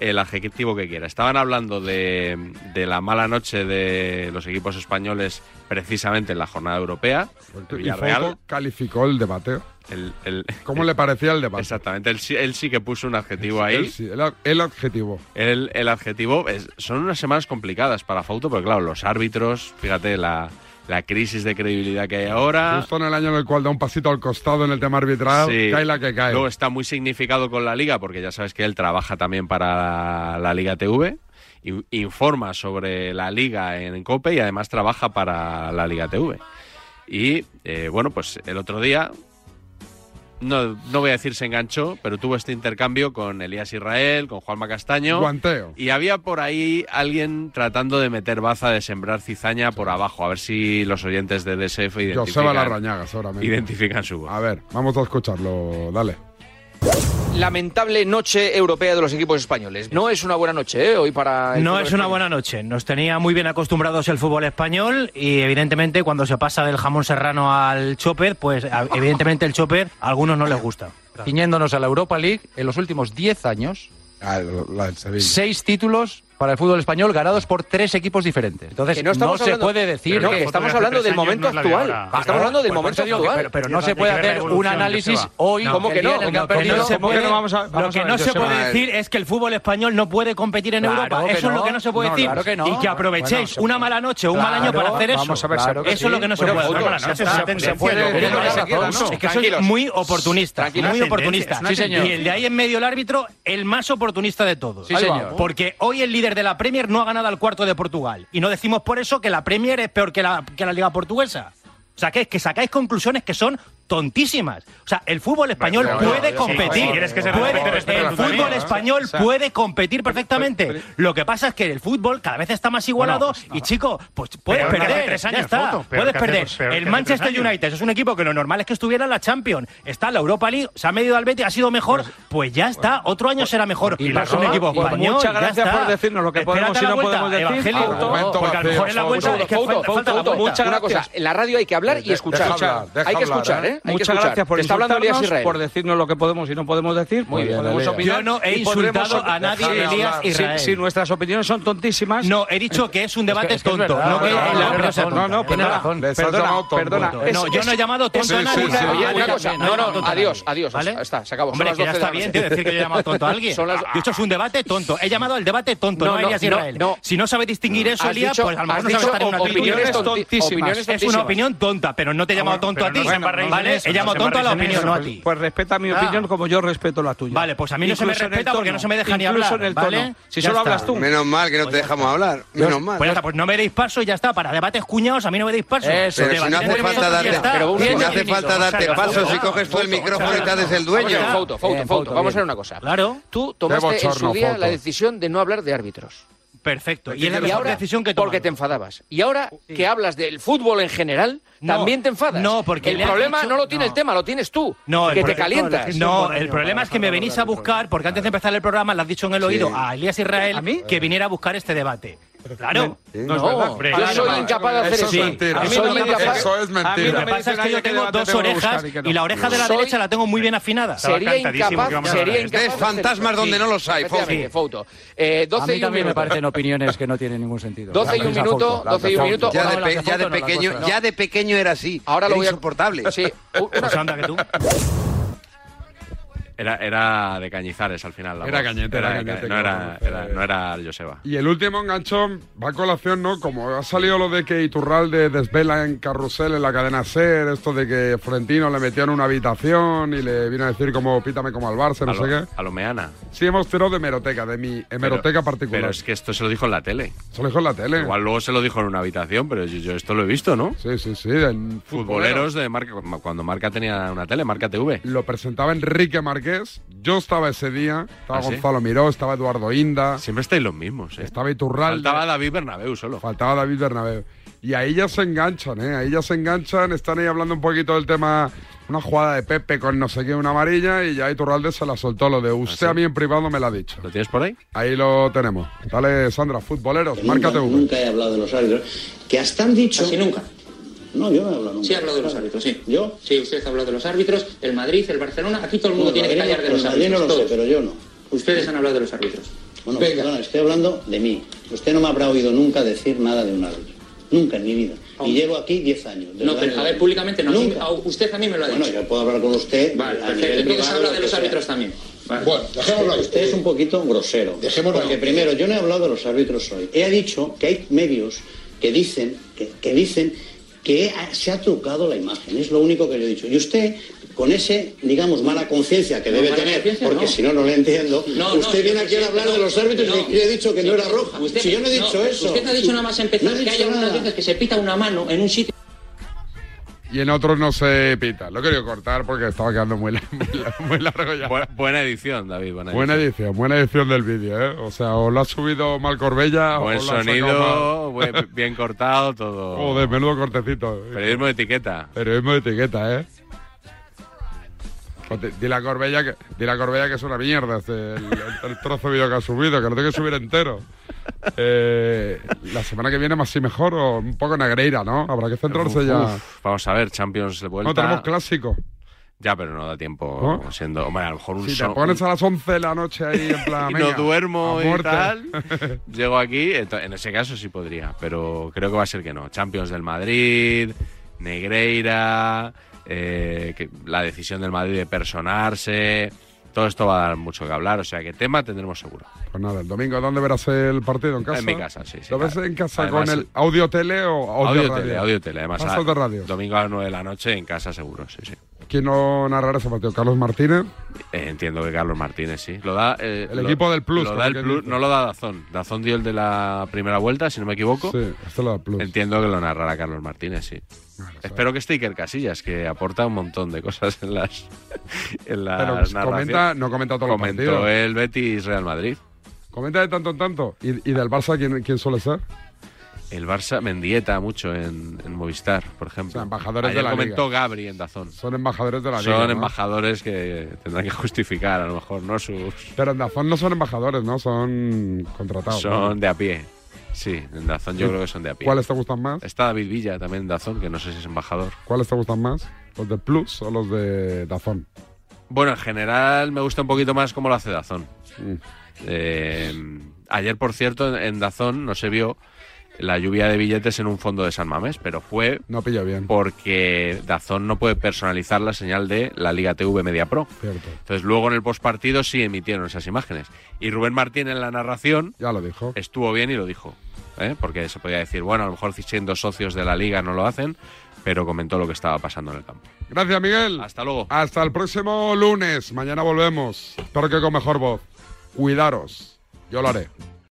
Speaker 2: el adjetivo que quiera. Estaban hablando de, de la mala noche de los equipos españoles precisamente en la jornada europea. El
Speaker 1: Y
Speaker 2: Villarreal,
Speaker 1: Foucault calificó el debate.
Speaker 2: el- el-
Speaker 1: ¿Cómo le parecía el debate?
Speaker 2: exactamente. Él, sí- él sí que puso un adjetivo ahí.
Speaker 1: Él sí, el, ad- el adjetivo.
Speaker 2: El, el adjetivo es- son unas semanas complicadas para Fauto, porque claro, los árbitros, fíjate la, la crisis de credibilidad que hay ahora.
Speaker 1: Justo en el año en el cual da un pasito al costado en el tema arbitral,
Speaker 2: Sí.
Speaker 1: cae la que cae.
Speaker 2: Luego está muy significado con la liga, porque ya sabes que él trabaja también para la Liga TV, in- informa sobre la liga en COPE y además trabaja para la Liga TV. Y eh, bueno, pues el otro día no, no voy a decir se enganchó, pero tuvo este intercambio con Elías Israel, con Juanma Castaño.
Speaker 1: Guanteo.
Speaker 2: Y había por ahí alguien tratando de meter baza, de sembrar cizaña por abajo. A ver si los oyentes de DSF identifican,
Speaker 1: Joseba Larrañaga, seguramente.
Speaker 2: identifican su voz.
Speaker 1: A ver, vamos a escucharlo, dale.
Speaker 9: Lamentable noche europea de los equipos españoles. No es una buena noche, ¿eh? Hoy para. el
Speaker 3: No
Speaker 9: fútbol
Speaker 3: es una
Speaker 9: español.
Speaker 3: buena noche. Nos tenía muy bien acostumbrados el fútbol español y evidentemente cuando se pasa del jamón serrano al chopper, pues a- evidentemente el chopper a algunos no les gusta.
Speaker 14: Ciñéndonos a la Europa League, en los últimos 10 años,
Speaker 1: Ah,
Speaker 14: seis títulos para el fútbol español ganados por tres equipos diferentes. Entonces,
Speaker 9: Que
Speaker 14: no,
Speaker 9: estamos
Speaker 14: se
Speaker 9: hablando-
Speaker 14: puede decir
Speaker 9: No,
Speaker 14: que Pues,
Speaker 9: que estamos hablando del momento actual. Estamos hablando del momento actual.
Speaker 14: pero, no se puede hacer un análisis hoy.
Speaker 3: como
Speaker 14: como
Speaker 3: que no?
Speaker 14: que no se puede.
Speaker 3: lo que no se puede decir es que el fútbol español no puede competir en
Speaker 14: Claro
Speaker 3: Europa.
Speaker 14: que
Speaker 3: Eso es
Speaker 14: no.
Speaker 3: lo que no se puede
Speaker 14: No,
Speaker 3: decir.
Speaker 14: claro que no.
Speaker 3: Y que
Speaker 14: Bueno,
Speaker 3: aprovechéis
Speaker 14: se
Speaker 3: una mala noche, un mal año
Speaker 14: Claro,
Speaker 3: para hacer eso.
Speaker 14: vamos a ver,
Speaker 3: Claro
Speaker 14: se-
Speaker 3: que eso es lo que no se
Speaker 14: Bueno, pues,
Speaker 3: puede hacer.
Speaker 14: fútbol,
Speaker 3: Mala
Speaker 14: se-
Speaker 3: noche.
Speaker 14: se- se-
Speaker 3: Tienes
Speaker 14: se- puede-
Speaker 3: razón,
Speaker 14: tiene
Speaker 3: ¿no?
Speaker 14: razón.
Speaker 3: Es que soy
Speaker 14: Tranquilos.
Speaker 3: muy oportunista.
Speaker 14: Tranquilos.
Speaker 3: Muy
Speaker 14: Una
Speaker 3: oportunista.
Speaker 14: tendencia, es una
Speaker 3: Y
Speaker 14: tendencia.
Speaker 3: el de ahí en medio el árbitro, el más oportunista de todos.
Speaker 14: Sí,
Speaker 3: Ahí va.
Speaker 14: señor.
Speaker 3: Porque hoy el líder de la Premier no ha ganado al cuarto de Portugal. Y no decimos por eso que la Premier es peor que la, que la Liga Portuguesa. O sea, que, es que sacáis conclusiones que son tontísimas. O sea, el fútbol español
Speaker 14: Pero, pero,
Speaker 3: puede
Speaker 14: sí,
Speaker 3: competir.
Speaker 14: sí, quieres que se
Speaker 3: Puede-
Speaker 14: respete, respeta
Speaker 3: el
Speaker 14: tú también,
Speaker 3: fútbol
Speaker 14: ¿no?
Speaker 3: español
Speaker 14: O sea,
Speaker 3: puede competir perfectamente. Lo que pasa es que el fútbol cada vez está más igualado y, chico, pues puedes
Speaker 5: Pero que hace
Speaker 3: perder.
Speaker 5: tres
Speaker 3: ya
Speaker 5: años,
Speaker 3: está,
Speaker 5: Foto, pero
Speaker 3: puedes
Speaker 5: que hace-
Speaker 3: perder.
Speaker 5: pero que
Speaker 3: el
Speaker 5: hace
Speaker 3: Manchester
Speaker 5: tres años.
Speaker 3: United es un equipo que lo normal es que estuviera en la Champions. Está en la Europa League, se ha medido al Betis, ha sido mejor. Pues, ya está, otro año será mejor.
Speaker 14: y
Speaker 3: para
Speaker 14: pasó,
Speaker 3: un equipo
Speaker 14: y pasó.
Speaker 3: español.
Speaker 14: Muchas
Speaker 3: ya
Speaker 14: gracias
Speaker 3: está.
Speaker 14: por decirnos lo que
Speaker 3: Espérate
Speaker 14: podemos y
Speaker 3: la
Speaker 14: no
Speaker 3: vuelta,
Speaker 14: podemos decir.
Speaker 3: Evangelio,
Speaker 14: Argumento
Speaker 3: porque a lo mejor en la
Speaker 14: vacío,
Speaker 3: vuelta es que
Speaker 14: Fouto,
Speaker 3: falta- falta la
Speaker 14: Fouto,
Speaker 3: vuelta.
Speaker 14: muchas
Speaker 3: Una cosa,
Speaker 14: gracias.
Speaker 9: En la radio hay que hablar y
Speaker 14: De-
Speaker 9: escuchar.
Speaker 14: deja hablar, deja
Speaker 9: hay que
Speaker 14: hablar,
Speaker 9: escuchar,
Speaker 14: ¿eh?
Speaker 9: ¿eh? Hay que
Speaker 14: Muchas
Speaker 9: escuchar.
Speaker 14: gracias por
Speaker 9: Te está hablando Elías
Speaker 14: insultarnos,
Speaker 9: Israel.
Speaker 14: por decirnos lo que podemos y no podemos decir.
Speaker 9: Muy bien,
Speaker 14: podemos
Speaker 9: Elías.
Speaker 14: opinar
Speaker 3: Yo no he
Speaker 14: y podremos
Speaker 3: insultado
Speaker 14: opinar.
Speaker 3: a nadie,
Speaker 14: Dejarle
Speaker 3: Elías
Speaker 14: hablar.
Speaker 3: Israel.
Speaker 14: Si, si nuestras opiniones son tontísimas.
Speaker 3: No, he dicho que es un debate tonto, no que la opinión sea tonta.
Speaker 14: No, no,
Speaker 3: Tiene
Speaker 14: perdona.
Speaker 3: razón. Les has
Speaker 14: Perdona,
Speaker 3: llamado tonto.
Speaker 14: perdona.
Speaker 3: No,
Speaker 14: Es-
Speaker 3: yo no he
Speaker 14: es-
Speaker 3: llamado tonto
Speaker 14: es-
Speaker 3: a nadie.
Speaker 14: sí, sí,
Speaker 3: Oye,
Speaker 14: sí.
Speaker 3: una
Speaker 14: Yo
Speaker 3: cosa,
Speaker 14: también,
Speaker 3: no,
Speaker 14: yo
Speaker 3: no,
Speaker 14: también.
Speaker 3: adiós,
Speaker 9: adiós. Está, se acabó. Son
Speaker 3: Hombre,
Speaker 9: las
Speaker 3: que ya
Speaker 9: 12 de
Speaker 3: está
Speaker 9: la
Speaker 3: bien,
Speaker 9: noche.
Speaker 3: tío, decir que yo he llamado tonto a alguien.
Speaker 9: Son las-
Speaker 3: Yo esto es un debate tonto. He llamado el debate tonto,
Speaker 9: No,
Speaker 3: no,
Speaker 9: no,
Speaker 3: a Elías
Speaker 9: no,
Speaker 3: Israel.
Speaker 9: no.
Speaker 3: Si no sabes distinguir eso,
Speaker 9: Has
Speaker 3: Elías,
Speaker 9: dicho-
Speaker 3: pues a lo mejor
Speaker 9: has
Speaker 3: no sabes
Speaker 9: dicho
Speaker 3: estar en una tribuna.
Speaker 9: opiniones tontísimas. Opiniones
Speaker 3: Es una
Speaker 9: tontísimas.
Speaker 3: opinión tonta, pero no te he llamado tonto a ti,
Speaker 14: Bueno,
Speaker 3: ¿vale? He llamado tonto a la opinión, no a
Speaker 14: Pues-
Speaker 3: ti.
Speaker 14: Pues respeta mi
Speaker 3: Ah.
Speaker 14: opinión como yo respeto la tuya. Vale,
Speaker 3: pues a mí no se me respeta porque no se me deja ni
Speaker 14: Incluso
Speaker 3: hablar,
Speaker 14: en el tono.
Speaker 3: ¿vale?
Speaker 14: Si
Speaker 3: Ya
Speaker 14: solo
Speaker 3: está.
Speaker 14: hablas tú.
Speaker 23: Menos mal que no te dejamos hablar. Menos mal.
Speaker 3: Pues ya está, pues no me deis paso y ya está. Para debates cuñados, a mí no me deis paso.
Speaker 23: Pero si no
Speaker 3: Debates
Speaker 23: hace
Speaker 3: entre
Speaker 23: falta
Speaker 3: vosotros y ya
Speaker 23: darte,
Speaker 3: está.
Speaker 23: si no hace falta darte paso, si coges tú el micrófono y te haces el dueño.
Speaker 9: Oye, Fouto, Fouto, Fouto, vamos a hacer una cosa.
Speaker 3: Claro.
Speaker 9: Tú tomaste en su
Speaker 3: bochorno,
Speaker 9: día
Speaker 3: Fouto.
Speaker 9: la decisión de no hablar de árbitros.
Speaker 3: Perfecto. Y es la mejor
Speaker 9: ahora,
Speaker 3: decisión que
Speaker 9: Porque te enfadabas. Y ahora que hablas del fútbol en general,
Speaker 3: No,
Speaker 9: también te enfadas.
Speaker 3: no, porque
Speaker 9: el
Speaker 3: le has
Speaker 9: problema
Speaker 3: dicho-
Speaker 9: no lo tiene el tema, lo tienes tú.
Speaker 3: No, el
Speaker 9: que te
Speaker 3: pro-
Speaker 9: calientas.
Speaker 3: No, el problema es que me venís a buscar, porque antes de empezar el programa le has dicho en el oído a Elías Israel que viniera a buscar este debate. Claro. No, yo soy incapaz de hacer eso. Sí. A mí no me dice- a mí Lo que pasa es que yo tengo dos orejas y la oreja de la
Speaker 9: Soy-
Speaker 3: derecha la tengo muy bien afinada.
Speaker 9: Sería incapaz, sería incapaz. de
Speaker 23: Ves
Speaker 9: hacer
Speaker 23: fantasmas
Speaker 9: eso.
Speaker 23: donde no los hay, Fouto.
Speaker 9: efectivamente, Fouto. Eh, 12
Speaker 14: a
Speaker 9: y
Speaker 14: mí
Speaker 9: un
Speaker 14: también me
Speaker 9: minuto.
Speaker 14: parecen opiniones que no tienen ningún sentido.
Speaker 9: 12 y un
Speaker 14: La
Speaker 9: minuto,
Speaker 14: Fouto, la
Speaker 9: 12 y un
Speaker 14: Fouto.
Speaker 9: minuto.
Speaker 23: Ya de,
Speaker 9: Ahora
Speaker 23: pe-
Speaker 9: las
Speaker 23: ya de
Speaker 9: fotos, no las
Speaker 23: pequeño,
Speaker 9: otras.
Speaker 23: ya de pequeño era así.
Speaker 9: Ahora lo
Speaker 23: Era
Speaker 9: voy a-
Speaker 23: insoportable.
Speaker 9: Sí. Uh,
Speaker 2: Era, era de Cañizares al final. la
Speaker 1: Era
Speaker 2: voz.
Speaker 1: Cañete, era
Speaker 2: de Ca-
Speaker 1: Cañete,
Speaker 2: No era,
Speaker 1: claro.
Speaker 2: era- no era Joseba.
Speaker 1: Y el último enganchón va a colación, ¿no? Como ha salido lo de que Iturralde desvela en carrusel en la cadena SER, esto de que Florentino le metió en una habitación y le vino a decir como pítame como al Barça, no
Speaker 2: a,
Speaker 1: sé
Speaker 2: lo,
Speaker 1: qué.
Speaker 2: a lo meana.
Speaker 1: Sí, hemos tirado de hemeroteca, de mi hemeroteca particular.
Speaker 2: Pero es que esto se lo dijo en la tele.
Speaker 1: Se lo dijo en la tele.
Speaker 2: Igual luego se lo dijo en una habitación, pero yo, yo esto lo he visto, ¿no?
Speaker 1: Sí, sí, sí. En
Speaker 2: Futboleros de marca. Cuando Marca tenía una tele, Marca TV.
Speaker 1: Lo presentaba Enrique Marqués. Yo estaba ese día. Estaba
Speaker 2: ¿Ah, sí?
Speaker 1: Gonzalo Miró, estaba Eduardo Inda.
Speaker 2: Siempre estáis los mismos. ¿eh?
Speaker 1: Estaba Iturralde.
Speaker 2: Faltaba David Bernabeu solo.
Speaker 1: Faltaba David Bernabeu. Y ahí ya se enganchan, ¿eh? Ahí ya se enganchan, están ahí hablando un poquito del tema, una jugada de Pepe con no sé qué, una amarilla, y ya Iturralde se la soltó lo de usted a mí en privado me la ha dicho.
Speaker 2: ¿Ah, ¿Lo tienes por ahí?
Speaker 1: Ahí lo tenemos. Dale, Sandra, futboleros, márcate uno.
Speaker 4: Nunca he hablado de los árbitros. Que hasta han dicho. Casi nunca. No, yo no he hablado nunca. Sí, ha hablado de los árbitros, sí. ¿Yo? Sí, usted ha hablado de los árbitros, el Madrid, el Barcelona. Aquí todo el mundo tiene que callar de los árbitros. no lo sé, todos. pero yo no. Ustedes han hablado de los árbitros. Bueno, Venga. perdona, estoy hablando de mí. Usted no me habrá oído nunca decir nada de un árbitro. Nunca en mi vida. Y llevo aquí 10 años. desde No, el pero año a ver, 2000. públicamente no. Nunca. A- Usted a mí me lo ha dicho. Bueno, yo puedo hablar con usted. Vale, a perfecto. nivel Entonces privado, habla lo de que los sea. árbitros también. Bueno, dejémoslo ahí. Usted es un poquito grosero. Dejémoslo Porque ahí. primero, yo no he hablado de los árbitros hoy. He dicho que hay medios que dicen que, que dicen que ha- se ha trucado la imagen. Es lo único que yo he dicho. Y usted, con ese, digamos, mala conciencia que No, debe mala tener, conciencia porque no. si no, no le entiendo, No, usted no, viene yo- aquí a hablar no, de los árbitros no. y yo he dicho que no era Sí, roja. usted- si yo no he no, dicho eso. usted ha dicho nada más empezar No he que hay dicho algunas nada. veces que se pita una mano en un sitio
Speaker 1: y en otros no se pita. Lo he querido cortar porque estaba quedando muy, la- muy la- muy largo ya.
Speaker 2: Bu- buena edición, David. Buena edición.
Speaker 1: Buena edición, buena edición del vídeo, ¿eh? O sea, o lo ha subido mal Corbella o
Speaker 2: Buen
Speaker 1: lo ha sacado
Speaker 2: sonido,
Speaker 1: mal.
Speaker 2: buen- bien cortado, todo.
Speaker 1: Joder, menudo cortecito.
Speaker 2: Periodismo de etiqueta.
Speaker 1: Periodismo de etiqueta, ¿eh? Pues di- Dile a, Corbella que, dile a Corbella que es una mierda este- el, el- el trozo de vídeo que ha subido, que lo tengo que subir entero. Eh, la semana que viene más y mejor o un poco negreira, ¿no? Habrá que centrarse ya.
Speaker 2: Uf, vamos a ver, Champions de vuelta.
Speaker 1: no, tenemos clásico.
Speaker 2: Ya, pero no da tiempo siendo. Hombre, a lo mejor un
Speaker 1: Si te
Speaker 2: so-
Speaker 1: pones a las 11 de la noche ahí en plan...
Speaker 2: Y no
Speaker 1: venga,
Speaker 2: duermo
Speaker 1: a
Speaker 2: y
Speaker 1: muerte.
Speaker 2: tal. Llego aquí, ento- en ese caso sí podría, pero creo que va a ser que no. Champions del Madrid, Negreira, eh, que la decisión del Madrid de personarse, todo esto va a dar mucho que hablar, o sea que tema tendremos seguro.
Speaker 1: Pues nada, el domingo, ¿dónde verás el partido? ¿En casa?
Speaker 2: En mi casa, sí, sí,
Speaker 1: ¿Lo ves
Speaker 2: claro.
Speaker 1: en casa
Speaker 2: Además-
Speaker 1: con el audio tele o audio,
Speaker 2: Audio,
Speaker 1: radio?
Speaker 2: tele, audio tele, además. ah.
Speaker 1: Más
Speaker 2: a-
Speaker 1: audio radio.
Speaker 2: Domingo a las 9 de la noche en casa seguro, sí, sí.
Speaker 1: ¿Quién no narrará ese partido? ¿Carlos Martínez?
Speaker 2: Eh, entiendo que Carlos Martínez, sí. Lo da, eh,
Speaker 1: El
Speaker 2: lo-
Speaker 1: equipo del Plus,
Speaker 2: lo
Speaker 1: como
Speaker 2: da el
Speaker 1: quien
Speaker 2: Plus,
Speaker 1: dice.
Speaker 2: no lo da Dazón. Dazón dio el de la primera vuelta, si no me equivoco.
Speaker 1: Sí, este lo da Plus.
Speaker 2: Entiendo que lo narrará Carlos Martínez, sí. Espero que esté Iker Casillas, que aporta un montón de cosas en las, en las
Speaker 1: Pero pues,
Speaker 2: narraciones.
Speaker 1: comenta- no comenta todos los
Speaker 2: Comentó
Speaker 1: partidos.
Speaker 2: el Betis Real Madrid.
Speaker 1: Comenta de tanto en tanto. ¿Y, y del Barça quién, quién suele ser?
Speaker 2: El Barça mendieta mucho en, en Movistar, por ejemplo.
Speaker 1: embajadores
Speaker 2: Ayer
Speaker 1: de la
Speaker 2: comentó
Speaker 1: Liga.
Speaker 2: Gabri en Dazón.
Speaker 1: Son embajadores de la
Speaker 2: Son
Speaker 1: Liga. ¿no?
Speaker 2: embajadores que tendrán que justificar, a lo mejor, ¿no? Sus,
Speaker 1: Pero en Dazón no son embajadores, ¿no? Son contratados.
Speaker 2: Son
Speaker 1: ¿no?
Speaker 2: de a pie. Sí, en Dazón yo
Speaker 1: ¿Y
Speaker 2: creo que son de a pie.
Speaker 1: ¿Cuáles te gustan más?
Speaker 2: Está David Villa también en Dazón, que no sé si es embajador.
Speaker 1: ¿Cuáles te gustan más? ¿Los de Plus o los de Dazón?
Speaker 2: Bueno, en general me gusta un poquito más cómo lo hace Dazón.
Speaker 1: Mm.
Speaker 2: Eh, ayer, por cierto, en- en Dazón no se vio la lluvia de billetes en un fondo de San Mamés, pero fue
Speaker 1: No pilla bien.
Speaker 2: porque Dazón no puede personalizar la señal de la Liga TV Media Pro.
Speaker 1: Cierto.
Speaker 2: Entonces luego en el postpartido sí emitieron esas imágenes. Y Rubén Martín en la narración
Speaker 1: Ya lo dijo.
Speaker 2: estuvo bien y lo dijo. ¿eh? Porque se podía decir, bueno, a lo mejor siendo socios de la liga no lo hacen, pero comentó lo que estaba pasando en el campo.
Speaker 1: Gracias, Miguel.
Speaker 2: Hasta luego.
Speaker 1: Hasta el próximo lunes. Mañana volvemos. Espero que con mejor voz. Cuidaros. Yo lo haré.